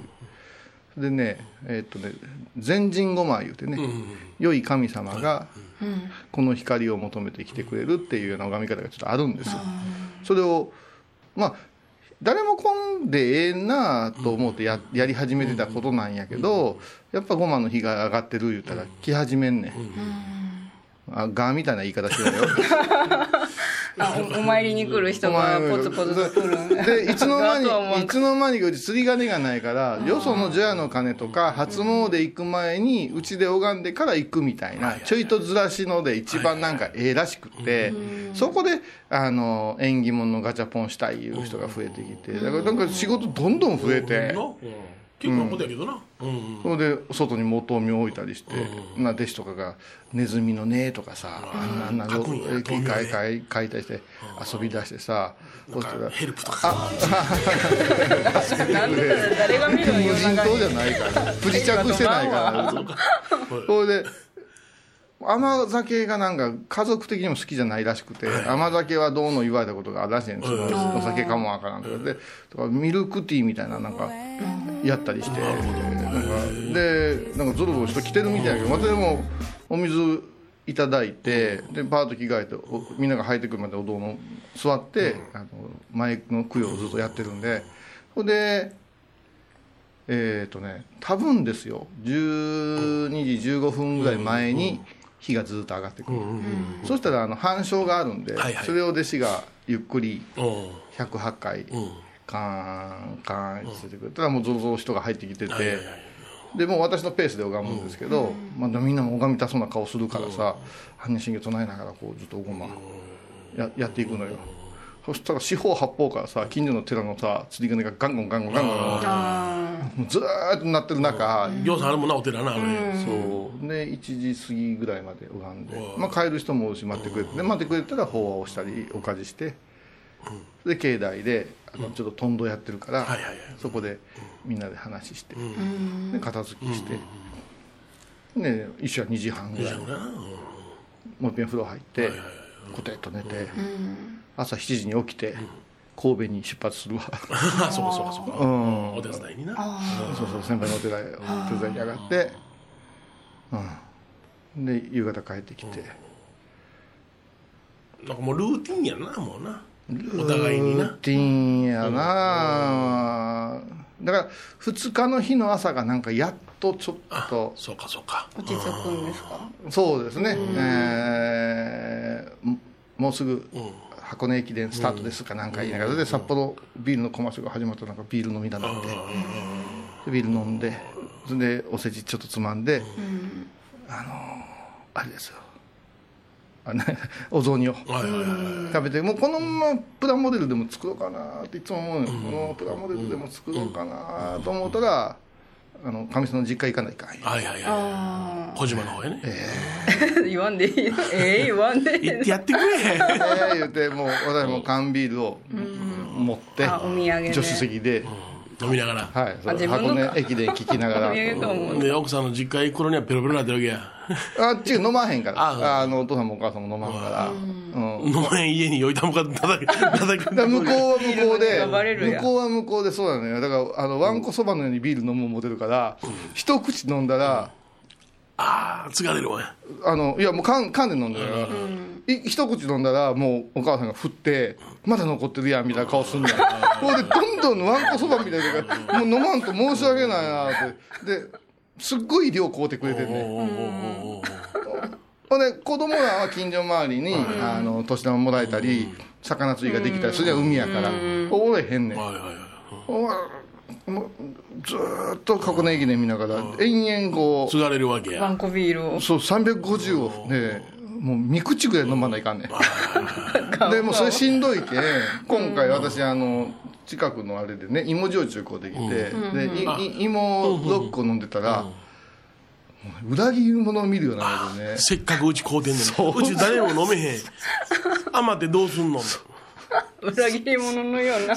C: でね、えーっとね、前人五枚言うてね、良い神様がこの光を求めてきてくれるっていうような拝み方がちょっとあるんですよ。それをまあ誰も混んでええなあと思ってややり始めてたことなんやけど、やっぱごまの日が上がってる言うたら来始めんねん、あガーみたいな言い方して るよ
B: あおお参りに来る人がポツポツと来る
C: でいつの間
B: だと思う
C: にいつの間にかうち釣り鐘がないからよその除夜の鐘とか初詣行く前にうちで拝んでから行くみたいなちょいとずらしので一番なんかええらしくってそこであの縁起物のガチャポンしたいいう人が増えてきてだからなんか仕事どんどん増えて
D: なうん結構なことやけどなうんう
C: そ
D: ん
C: れで外に元を置いたりして、な弟子とかが「ネズミのね」とかさ、あんな
D: 書くんや
C: 絵
D: 豆苗で
C: 描い描いたりして遊び出してさ、そしたら
D: ヘルプとか
B: なんでだろう誰が見るんよ
C: 無人
B: 長
C: 島
B: い
C: じゃないから不時着してない からそれで甘酒がなんか家族的にも好きじゃないらしくて甘酒はどうの言われたことがあるらしいんですよお酒かもわからんとかでとかミルクティーみたいななんかやったりしてなんかでなんかゾロゾロ人来てるみたいやけどまたでもお水いただいてでパーッと着替えておみんなが入ってくるまでお堂の座ってあの前の供養をずっとやってるんでほんでえっ、とね多分ですよ12時15分ぐらい前に火がずっと上がってくる、そしたらあの反証があるんで、
D: はいはい
C: それを弟子がゆっくり
D: うん
C: 108回、
D: うん
C: カーンカーンってしてくれたらもうぞろぞろ人が入ってきてて、
D: いはいはい
C: でもう私のペースで拝むんですけど、まあ、みんなも拝みたそうな顔するからさ般若心経唱えながらこうずっとごまややっていくのよそしたら四方八方からさ近所の寺のさ釣り鐘がガンゴンガンゴンガンゴンもうずーっと鳴ってる中、
D: 行さんあるもんなお寺なあれ
C: そうで1時過ぎぐらいまで拝んで、まあ、帰る人もおるし待ってくれてで待ってくれたら法話をしたりお家事してで境内であのちょっとトンドやってるから、
D: はいはいはい
C: そこでみんなで話して、で片付きして、で一緒は2時半ぐらい
D: そうやなうん
C: もう一遍風呂入ってコテッと寝て、朝7時に起きて神戸に出発す るわ
D: あそうかそうかそうか
C: ん
D: お手伝いにな
C: そうそう先輩のお寺へ手伝いに上がって、うん、で夕方帰ってきて。
D: なんかもうルーティンやなもうなお互いに
C: ルー
D: な
C: ティンやな、だから2日の日の朝がなんかやっとちょっと
D: そうかそうか
B: 落ち着くんですか
C: そうですね、えーももうすぐ箱根駅伝スタートですかなんか言いながらで札幌ビールのコマーシャルが始まったらなんかビール飲みだなってでビール飲んでそれでおせちちょっとつまんで、あのーあれですよあな お雑煮を。
D: はいはいはいはい
C: 食べてもうこのままプラモデルでも作ろうかなっていつも思うのよ、このプラモデルでも作ろうかなと思ったらあのかみさんの実家行かないかんよ
D: はいはいはい小島の方へね
B: 言わんでいいええ言わんでいい
D: 行ってやってくれ
C: ええ言うてもう私も缶ビールを持って
B: あお土産で
C: 助手席で、
D: 飲みながら
C: はい、そ
B: あ
C: う
B: 自分
C: 箱
B: の
C: 根駅伝聞きながらあ
B: お土産かも
D: で奥さんの実家行く頃にはペロペロになってるわけや
C: っちゅう飲まへんから
D: あそう
C: あのお父さんもお母さんも飲まんから、うん
D: 飲まへん家に酔いたもか叩き叩き
C: だから 向こうは向こう
B: ビールの匂いがバレる
C: で
B: や
C: 向こうは向こうでそうなのよだからあのわんこそばのようにビール飲むモデルから、一口飲んだら、
D: ああ継がれるわや
C: あのいやもう缶缶で飲んだから、い一口飲んだらもうお母さんが振ってまだ残ってるやんみたいな顔すんねんほいでどんどんわんこそばみたいなのがもう飲まんと申し訳ないなってですっごい量買うてくれてんねん
D: おうおうおうおう
C: ほんで子供らは近所周りにあの年玉もらえたり魚釣りができたりそれじゃ海やからおれへんねん
D: はいはいはい
C: おもうずーっと箱根駅伝見ながら延々こ
D: 継がれるわけ
B: ワ
D: や
B: ンコビールを
C: うそう350をねもう3口ぐらい飲まない かんねんでもうそれしんどいけん今回私あの近くのあれでね芋焼酎こうできて、でいい芋6個飲んでたら、裏切り者を見るようなのでね。
D: せっかくうち買うてんねん。うち誰も飲めへん。余ってどうすんの
B: 裏切り者のような。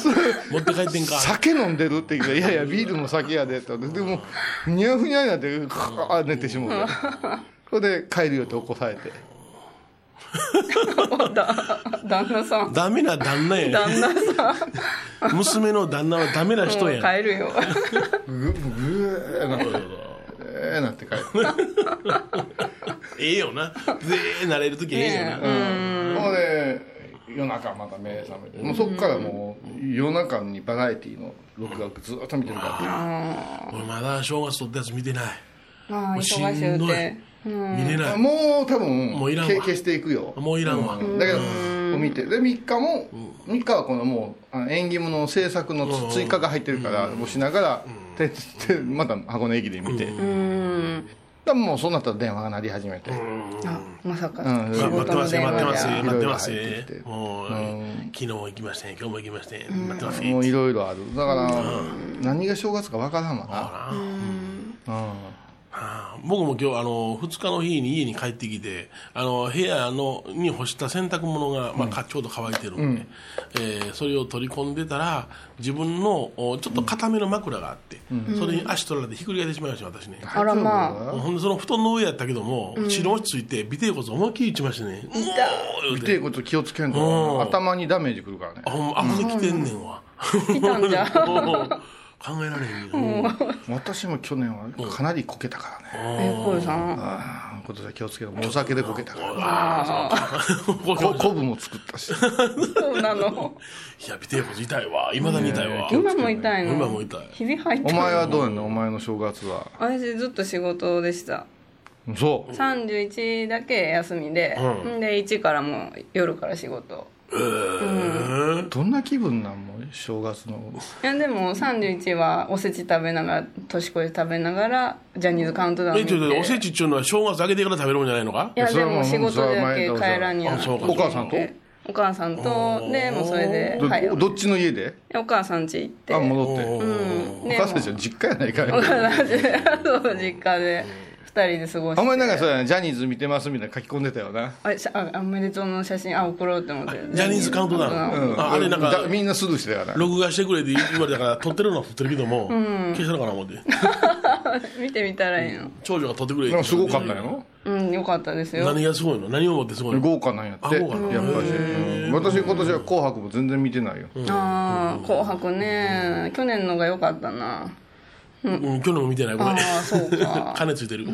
D: 持って帰ってんか。
C: 酒飲んでるって言うから、いやいや、ビールも酒やでって言ってでも、ふにゃふにゃになって、カーッ寝てしまうて。それで帰るよって起こされて。
B: 旦那さん。
D: ダメな旦那や
B: 旦那さん。
D: 娘の旦那はダメな人
B: もう
D: や
B: 帰るよ。
C: ぐ、ぐーなって、えーなって帰る。
D: ええよな。ぜえ慣れるときええよな。
C: ほんで、夜中また目覚めて。もうそっからもう、夜中にバラエティの録画をずっと見てるから。
D: 俺まだ正月撮ったやつ見てない。
B: まあ、
D: もうし
B: 忙し
D: ん
B: ゅ
D: ど
B: う
D: い
B: て。。
D: 見れない。
C: もう多分、
D: もういらんわ
C: 経験していくよ。
D: もういらんわ。
C: だけど、見て。で、3日も、3日はこのもう、あの縁起物の制作のつ追加が入ってるから、もうしながら、ててまた箱根駅で見て。
B: うん。
C: だからもうそうなったら電話が鳴り始めて。
B: あ、まさか
C: うん。
B: 仕
D: ま待って
B: 事
D: ま
B: の
D: すよ
B: 電
D: 待って
B: 話
D: ます
B: で。
D: よ待ってますよ
C: いろいろ入ってきて
D: もう、
C: うん
D: 昨日も行きましたね今日も行きましたね待ってます
C: も
D: よ
C: ういろいろある。だから、何が正月かわからんわ
D: あー
C: な。うん。
D: あー僕も今日あの2日の日に家に帰ってきてあの部屋のに干した洗濯物が、まあかちょうど乾いてるんで、えーそれを取り込んでたら自分のおちょっと固めの枕があって、それに足取られてひっくり返ってしまいました私ね、
B: あらま
C: あ。
D: ほんでその布団の上やったけども、血の落ち着いて尾てい骨思いっきり打ちましてねうおー言う
C: 見
D: て
C: ていこと気をつけん
D: うん
C: と、頭にダメージくるからね
D: あ。ほんまあ来てんねんわ来
B: た んじゃ
D: 考えられへんけど、うん
C: 私も去年はかなりこけたからね。
B: え、こうさん。
C: ああ、ことで気をつけろ。お酒でこけたから。こ
D: い
C: 昆布も作ったし。
B: そうな の。
D: や、ビテーコ痛いわ。いまだに痛いわ。
B: 今も痛いの。
D: 今も痛い。
B: ひび入った。
C: お前はどうやんのお前の正月は。
B: 私ずっと仕事でした。
C: そう。
B: 31だけ休みで、ん、で1からもう夜から仕事
C: どんな気分なんもう正月の。
B: いやでも31はおせち食べながら年越し食べながらジャニーズカウントダウン
D: え、
B: 見
D: ち
B: て
D: ょっと、おせちっちゅうのは正月あげてから食べるもんじゃないのか
B: いやでも仕事だけ帰らんや
D: あそうか
C: お母さんと
B: お母さんとでもうそれで、
C: ど
B: はい、
C: どっちの家で
B: お母さん家行って
C: あ、戻って。
B: うん
C: お
B: で
C: 母さんでしょ実家やないか
B: お
C: い。
B: 母さん家そう 実家で2人で過ごして
C: お前なんかそうやね、ジャニーズ見てますみたいな書き込んでたよな。
B: あれしああおめでとうの写真あ送ろうと思って
D: ジャニーズカウントダウン。ああれなんか、
C: だみんなスルーしてたから。
D: 録画してくれって言われたから、撮ってるのは撮ってるけども、消したのかな思って。
B: 見てみたらいいの
D: 長女が撮ってくれっ
C: なん
D: て
C: かすごかったんやろ
B: うんよかったですよ
D: 何がすごいの何を持ってすごいの
C: 豪華なんやって
D: あ
C: やっ
D: 豪
C: ぱ
D: 華
C: り、
D: なん
C: うん私今年は「紅白」も全然見てないよ、
B: ああ紅白ね去年のが良かったな
D: うん、今日のも見てない、ごめん
B: あ。あそうか
D: 金ついてる。
C: い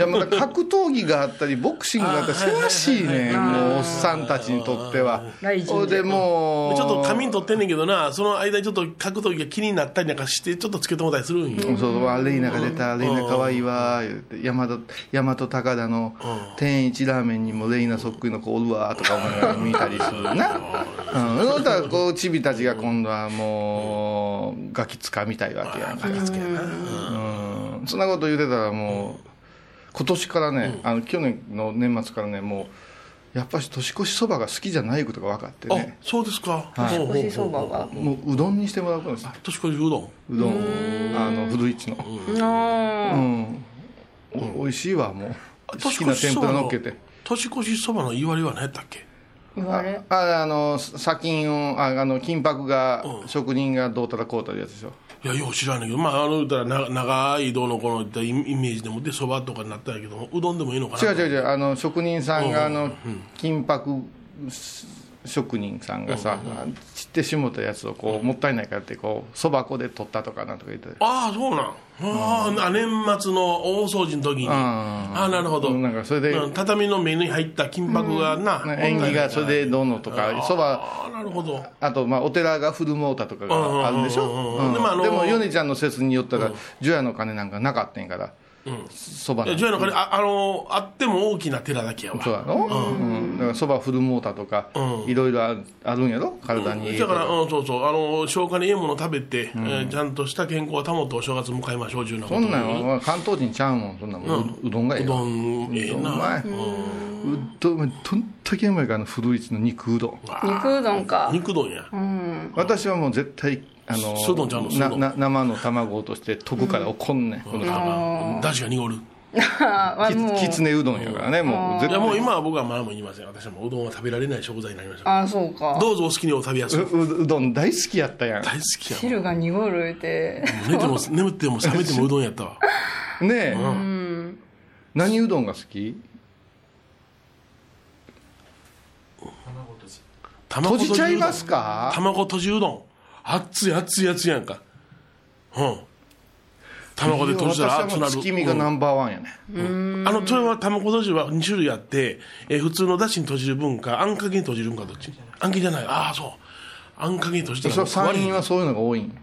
C: やまだ格闘技があったりボクシングがあったりせわしいねもうおっさんたちにとっては
B: ライジン
C: それでもう
D: ちょっと紙に取ってんねんけどな、その間にちょっと書くときが気になったりなんかして、ちょっとつけてもらったりするんよ。
C: そうそうあレイナが出たレイナかわいいわ言って大和大和高田の天一ラーメンにもレイナそっくりの子おるわとか思いながら見たりするなうんその歌はこうチビたちが今度はもうガキつかみたいわけやんかうんそんなこと言うてたらもう今年からね、あの去年の年末からねもうやっぱり年越しそばが好きじゃないことが分かって
D: あ
C: ね、
D: そうですか。ほうほう
B: 年越しそばが
C: もううどんにしてもらうことです
D: 年越しうどん。
C: うどんあの古市の
B: あ
C: うんお美味しいわもう好き
D: 年
C: な
D: 越し
C: 天
D: そ
C: ぷ
D: ば
C: ら
D: の
C: のっけて
D: 年越しそばの言われは何やったっけ
B: 言われ
C: ああの砂金をああの金箔が職人がどうたらこうたらやつでしょ
D: いやよう知らんねんけどまああの言うたらな長いどうのこうの言ったイイメージでもってそばとかになったんやけどもうどんでもいいのか
C: 違う
D: な
C: 違う違うあの職人さんがあの金箔職人さんがさ散ってしもたやつをこうもったいないからってこうそば粉で取ったとかなんとか言って
D: ああそうなんあーあ年末の大掃除の時にああなるほど
C: うんなんかそれで
D: うん畳の目に入った金箔がな
C: 縁起がそれでどうのとかそば
D: ああなるほど
C: あとまあお寺が古もうたとかがあるでし
D: うんうん
C: ょ
D: うん
C: う
D: うん
C: ん
D: でもあの
C: でも米ちゃんの説によったら除夜の鐘なんかなかったんやからそば
D: いや除夜の鐘ああのあっても大きな寺だけやわ
C: そうだろ、うんだからそばフルモーターとか、いろいろあるあるんやろ体にいい
D: だ
C: と
D: から、うん、そうそう、あの、消化にいいもの食べて、えーちゃんとした健康を保ってお正月迎えましょう、中のこと
C: そんなんは関東人ちゃうもんそんなんもう,、うどんがええ
D: う
C: よ
D: どん、ええ
C: う
D: な。
C: まいうどんうまいどんだけうまいからあの古市の肉うどん
B: 肉うどんか
D: 肉丼や。
C: 私はもう絶対あの
D: 素うどんちゃうの素う
C: な
D: ど
C: んな生の卵を落として溶くから怒んねん、この
D: だしが濁る。
B: あ
C: き
B: もう
C: きつねうどんやからねもう絶
D: い
C: 対
D: やもう今は僕は前も言いません私はもううどんは食べられない食材になりました
B: あそうか
D: どうぞお好きにお食べやすいう
C: ううどん大好きやったや
D: 大好きやもん
B: 汁が濁るって
D: 寝ても眠っても覚めてもうどんやったわ
C: んねえ、
B: うん
C: 何うどんが好き
D: 卵
C: 閉じちゃいますすか
D: 卵とじうどん熱い熱い熱いやんかうん卵で閉じたら
C: 私
D: 熱
C: は
D: くな
C: もう
D: る
C: 月見がナンバーワンやね、
D: うんあのそれは卵とじは2種類あって、えー普通のだしに閉じる分かあんかけに閉じる分かどっちあんかけじゃないああそうあんかけに閉じたら
C: それは山
D: もう
C: 陰
D: 食わ
C: はそういうのが多いん、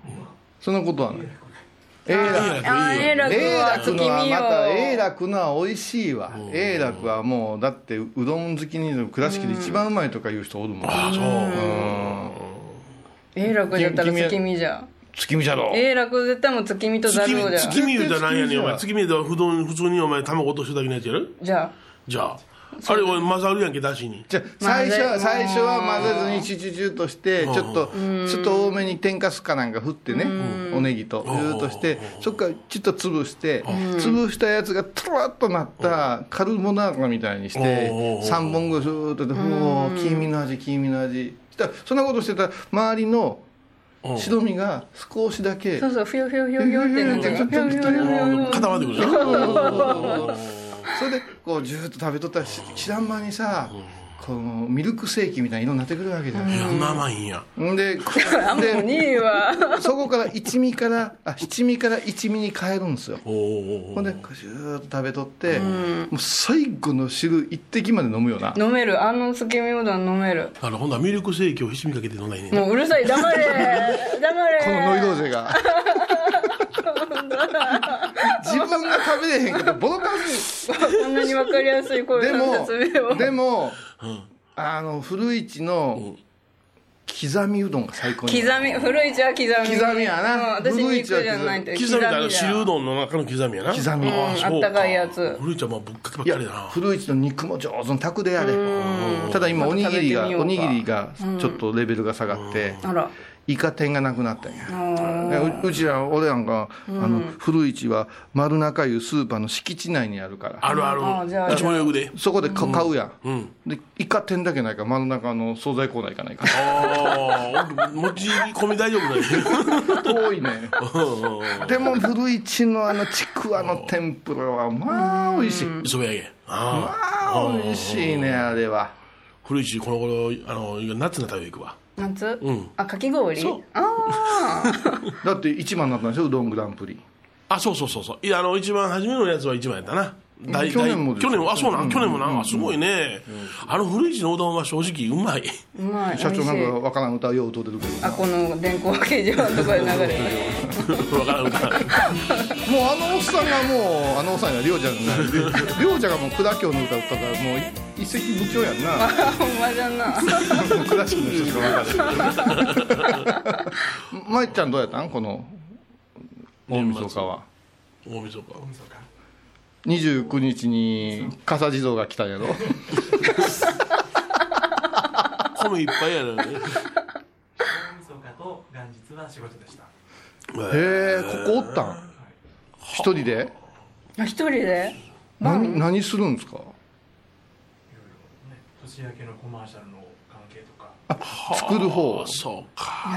C: そんなことはないえ
D: れへん
C: え
D: いい
B: あ
D: やい
B: 永
D: いや
B: 楽は
C: 楽
B: 月
C: のは
B: 見
C: ま
B: よ
C: た永楽のは美味しいわ永楽はもうだってうどん好きに倉敷で一番うまいとか言う人おるもん
D: ああそう
B: 永楽だったら月見じゃ
C: 月見じゃろ
B: 永楽絶対もう月見とざ
D: 月
B: るを
D: 見
B: じゃ
D: 月見言うたらなんやねんお前
C: 月
D: 月見で普通に普通にお前卵落としてだけのやつやる
B: じゃ
D: じゃああれ俺混ざるやんけだしに
C: じゃあ最初
B: 混
C: は
B: ぜ
C: 最初は混ぜずにチュチュチュとしてちょっとちょっと多めに天かすかなんか振ってねおネギとずーっとしてそっからちょっと潰して潰したやつがとろっとなったカルボナーラみたいにして
D: うん
C: 3本ぐらいずーっとでもう黄身の味黄身の味したらそんなことしてたら周りの
D: うん
C: 白身が少しだけ
B: あそうそうふよふよふよふよってなっちゃうふよふよふよふよ
D: 固まってくるじゃん
C: それでこうずーっと食べとったらし知らん間にさこのミルクセーキみたいな色になってくるわけじゃない
D: そんな甘いんや
C: んでこ
B: あもう
C: で
B: 2位は
C: そこから一味からあ七味から一味に変えるんですよ
D: おーおー
C: ほんでこうずーっと食べとって、もう最後の汁一滴まで飲むよな
B: 飲めるあの月見うどん飲める
D: あのほんならミルクセーキをひしみかけて飲んないねん
B: もううるさい黙れ黙れ
C: このノイローゼ が自分が食べれへんけどボロカ ス
B: こんなにわかりやすい声
C: で
B: の説明を
C: もでも、あの古市の刻みうどんが最高に
B: 刻み古市は刻み
C: 刻みやな
B: うん、私
C: 古市は
B: 肉じゃないんだ
D: 刻みだあの汁うどんの中の刻みやな
C: 刻み、
B: うんあったかいやつ
D: 古いちゃんまあぶっかけばっ
C: い
D: か
C: や
D: りだな
C: 古市の肉も上手に炊くであれただ今おにぎりが
B: また食
C: お
B: べ
C: に
B: てみようか
C: ぎりがちょっとレベルが下がって
B: あら
C: イカ天がなくなったん
B: あ
C: や
B: ー
C: ううちら俺なんか、あの古市は丸中湯スーパーの敷地内にあるから
D: あるあ
B: あじゃあ
D: るうちもよくで
C: そこでか買うやん、
D: うん
C: でイカ天だけないから丸中の惣菜コーナー行かないか
D: ああ持ち込み大丈夫だよ
C: ら 遠いねでも古市のあのちくわの天ぷらはまあ美味しいま
D: 磯辺揚げああ
C: あ美味しいねあれは
D: 古いしこの頃あの夏の食べ行くわ
B: 夏、
D: うん
B: あかき氷
D: そう
B: あ
C: だって一番になったんでしょうどんグランプリ
D: あそうそうそうそういやあの一番初めのやつは一番やったな大
C: 去年も
D: 大
C: です
D: 去
C: よ
D: 年もあそうなん、去年もなんかすごいね、あの古市のうどんは正直うまい
B: ーうまい
C: 社長な
B: 美味し
C: ん
B: い
C: かわからん歌よう歌うてるけどな
B: あこの電光掲示板のとこで流れてる
D: わからんから
C: もうあのおっさんがもうあのおっさんがりょうちゃんじゃないりょうちゃんがもう倉京の歌歌ったからもう一石二鳥やんな
B: あほんまじゃ な
C: 倉敷の人しかわからないまいっちゃんどうやったんこの大晦日は
D: 大晦日
C: 29日に笠地蔵が来たんやろ
D: 米いっぱいや な、ね、
I: と元日は仕事でした
C: へえここおったん一人で
B: あ一人で
C: 何何するんですか
I: 年明けのコマーシャルの関係とか
C: 作る方
D: そうか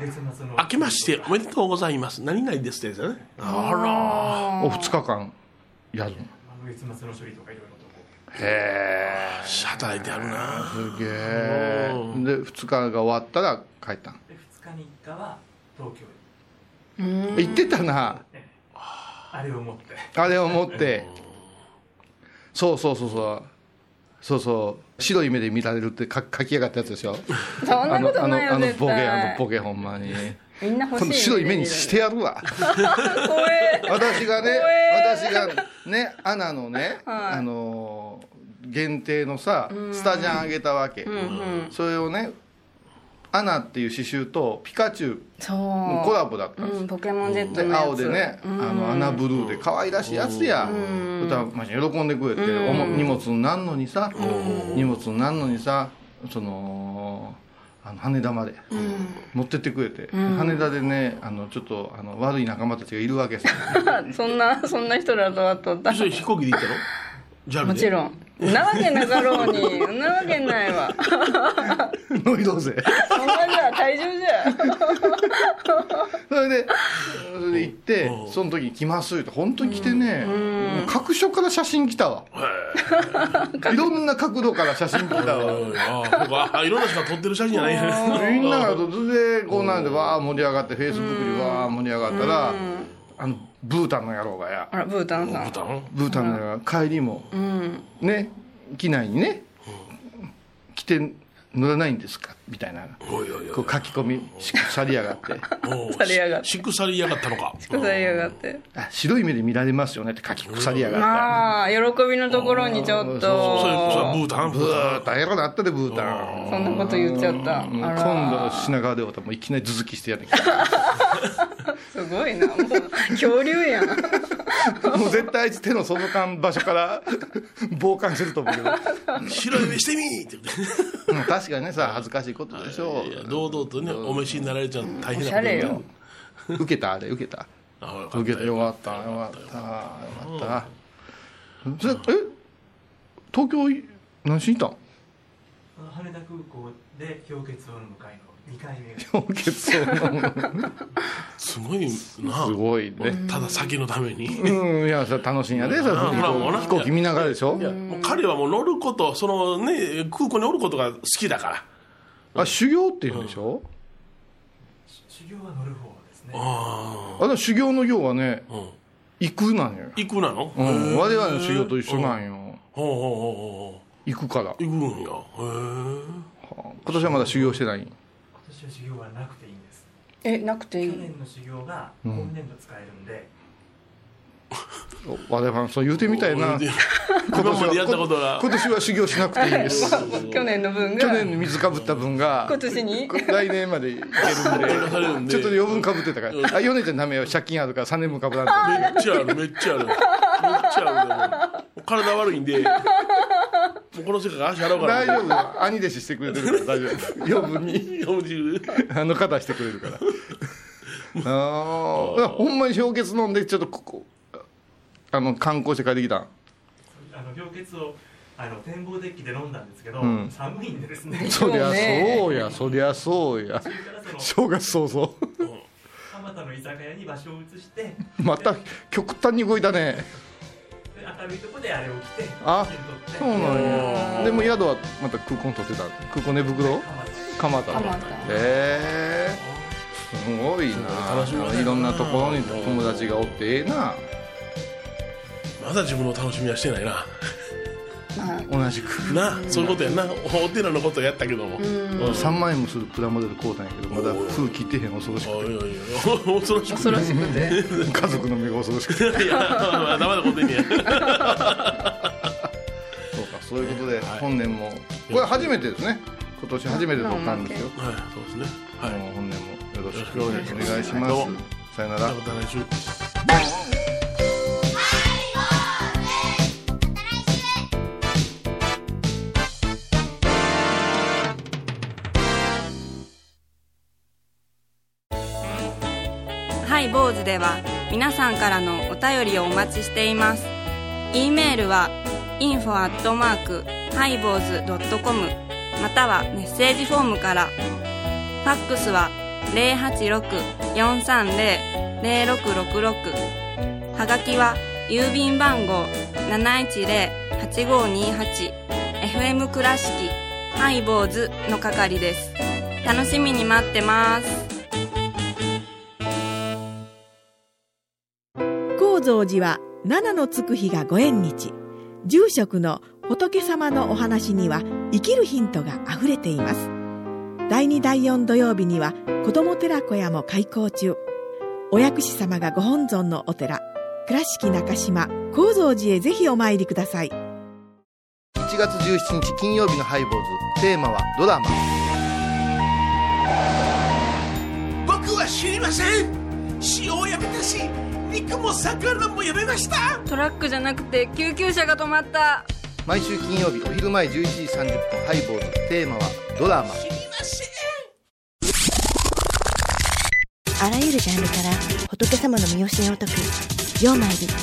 I: 月末の
D: 明けましておめでとうございます何々ですってやつだねあ
C: を2日間やるの
I: 月末の処理とかいろいろとこ
C: へえ
D: ら働いてあるな
C: すげえで2日が終わったら帰ったん
I: うで2日に1日は東京に
C: 言ってたな
I: あれを持って
C: あれを持ってそうそうそうそうそうそう白い目で見られるって書書き上がったやつでしょ
B: そん
C: あ
B: なこ
C: の
B: と
C: あの
B: ないよ
C: あの
B: 絶
C: ボケあの
B: 対
C: ボケほんまに
B: みんな欲し
C: こ
B: い
C: の白い目にしてやるわ
B: 怖え
C: 私がね
B: 怖え
C: 私がねアナのね、
B: はい
C: あのー限定のさスタジャンあげたわけ、それをねアナっていう刺繍とピカチュウ
B: そう
C: のコラボだったんですよ
B: うんポケモン Z
C: で
B: のやつ
C: 青でね、あのアナブルーで可愛らしいやつや、歌まあ喜んでくれて、おも荷物になんのにさ、荷物になんのにさそのあの羽田まで持ってってくれて、羽田でねあのちょっとあの悪い仲間たちがいるわけ さ
B: そん なそんな人らとはとった
D: それ飛行機で行ったのジャルで
B: もちろんなわけなかろうに なわけないわ
C: 乗りどう ぜ
B: そんなじゃ体重じゃ
C: それでそれで行ってその時に来ますって本当に来てねもう各所から写真来たわ いろんな角度から写真来たわ
D: うんああそうかあいろんな人が撮ってる写真じゃない
C: みんなが突然こうなんでわあ盛り上がってフェイスブックにわあ盛り上がったらあのブータンの野郎がや
B: あらブータンさん
C: ブータンの野郎が帰りも
B: うん
C: ね機内にね来て乗らないんですかみたいな
D: おいおいおい
C: こう書き込みし去りやがって
D: おう
B: 腐りやがって
D: し腐りやがったのか
B: 腐りやがって
C: あ白い目で見られますよねって書き腐りやがって
B: まあ喜びのところにちょっ
D: それそれはブ
B: と
D: ータンブ
C: ブ
D: ータン
C: ータンやろなったでブータン
B: そんなこと言っちゃった
C: うん
B: あ
C: 今
B: ら
C: 度品川でおたもういきなり続きしてやるんけ
B: すごいなもう恐竜やん
C: どもう絶対あいつ手の外感場所から傍観してると思うけど
D: 白い目してみーって
C: うん確かにねさ恥ずかしいことでしょ
D: 言っていや堂々とねお召しになられちゃうの大変
B: お
D: なこと
B: しゃれよ
C: う受けたあれ受けた
D: あよかった
C: 受けたよかったよかったよかったそれえ東京い何しに行っ
I: あの羽田空港で氷結を迎えの2回目が
C: た ん血相の
D: すごいな
C: すごい ね
D: ただ酒のために
C: うんいやそれ楽しいんやでそれ
D: うんほらほら
C: 飛行機見ながらでしょ
D: いやもう彼はもう乗ることそのね空港におることが好きだから
C: あ修行って言うんでしょ
I: 修行は乗る方ですね
D: あ
C: あの修行の行はね
D: あ、うん、
C: 行くなんよ
D: 行くなの、
C: う
D: へ
C: ん
D: え
C: 我々の修行と一緒なんよ
D: ほうほうほうほ
C: 行くから
D: う行くんやへえ
C: 今年はまだ修行してない
I: 今年は修行はなくていいんです
B: えなくてい
I: 去
B: い
I: 年の修行が今年度使えるんで、
C: 我々はそう言うてみたいな
D: で
C: 今
D: 今までやったことが
C: 今年は修行しなくていいんです
B: 去年の分が
C: 去年の水かぶった分が
B: 今年に
C: 来年までいける
D: 出されるん
C: んで
D: で
C: ちょっと余分かぶってたからあ4年じゃダメよ借金あるから3年分かぶらんと
D: めっちゃあるめっちゃあるめっちゃあるもう体悪いんでもうこの世界から足洗うから
C: 大丈夫兄弟子してくれてるから大丈夫余 分に
D: 日本中
C: あの方してくれるからああほんまに氷結飲んでちょっとここあの観光して帰ってきたん
I: あの氷結をあの展望デッキで飲んだんですけど、
C: うん
I: 寒いんでですね
C: そりゃ
B: そうね
C: そうやそりゃそうや
I: それからその
C: 正月早々
I: 蒲田の居酒屋に場所を移して
C: また極端に動いたね
I: で明るいとこであれを着て
C: あ
I: 写真撮って
C: そうなんやでも宿はまた空港に取ってた空港寝袋
I: 蒲
C: 蒲
I: 田
C: 田
B: 蒲田
C: へえすごいな
D: 楽しみだない
C: ろんなところに友達がおってええな
D: まだ自分の楽しみはしてないな
C: 同じく
D: なそういうことやなお寺のことやったけども、うん
C: 3万円もするプラモデル買うたんやけどまだ風切ってへん恐ろし
D: おいおいおい恐ろしくない
C: くて家族の目が恐ろしくて
D: いやまあまだことにや
C: そうかそういうことで本年もこれ初めてですね今年初めて撮ったんですよ
D: はいそうですねは
C: も
D: いう
C: 本年もよろしくお
D: よ
C: 願
D: ろ
C: い
D: し
C: し
D: くお
C: ま
D: 願いします
C: す
D: どうも
C: さよな
D: じゃ
C: ら
D: あまた来週
B: ハイボーズでは皆さんからのお便りをお待ちしています。e メールは info アットマークハイボーズドットコムまたはメッセージフォームから。ファックスは086-430-0666はがきは郵便番号710-8528 FM 倉敷ハイボーズの係です。楽しみに待ってます。
J: 高蔵寺は七のつく日がご縁日住職の仏様のお話には生きるヒントがあふれています第2第4土曜日には子ども寺小屋も開校中お薬師様がご本尊のお寺倉敷中島・高蔵寺へぜひお参りください
C: 1月17日金曜日のハイボーズテーマはドラマ
D: 僕は知りません塩をやめたし肉も魚もやめました
B: トラックじゃなくて救急車が止まった
C: 毎週金曜日お昼前11時30分ハイボーズテーマはドラマ
D: 知りません
E: あらゆるジャンルから仏様の身教えを解く「曜マイル .com」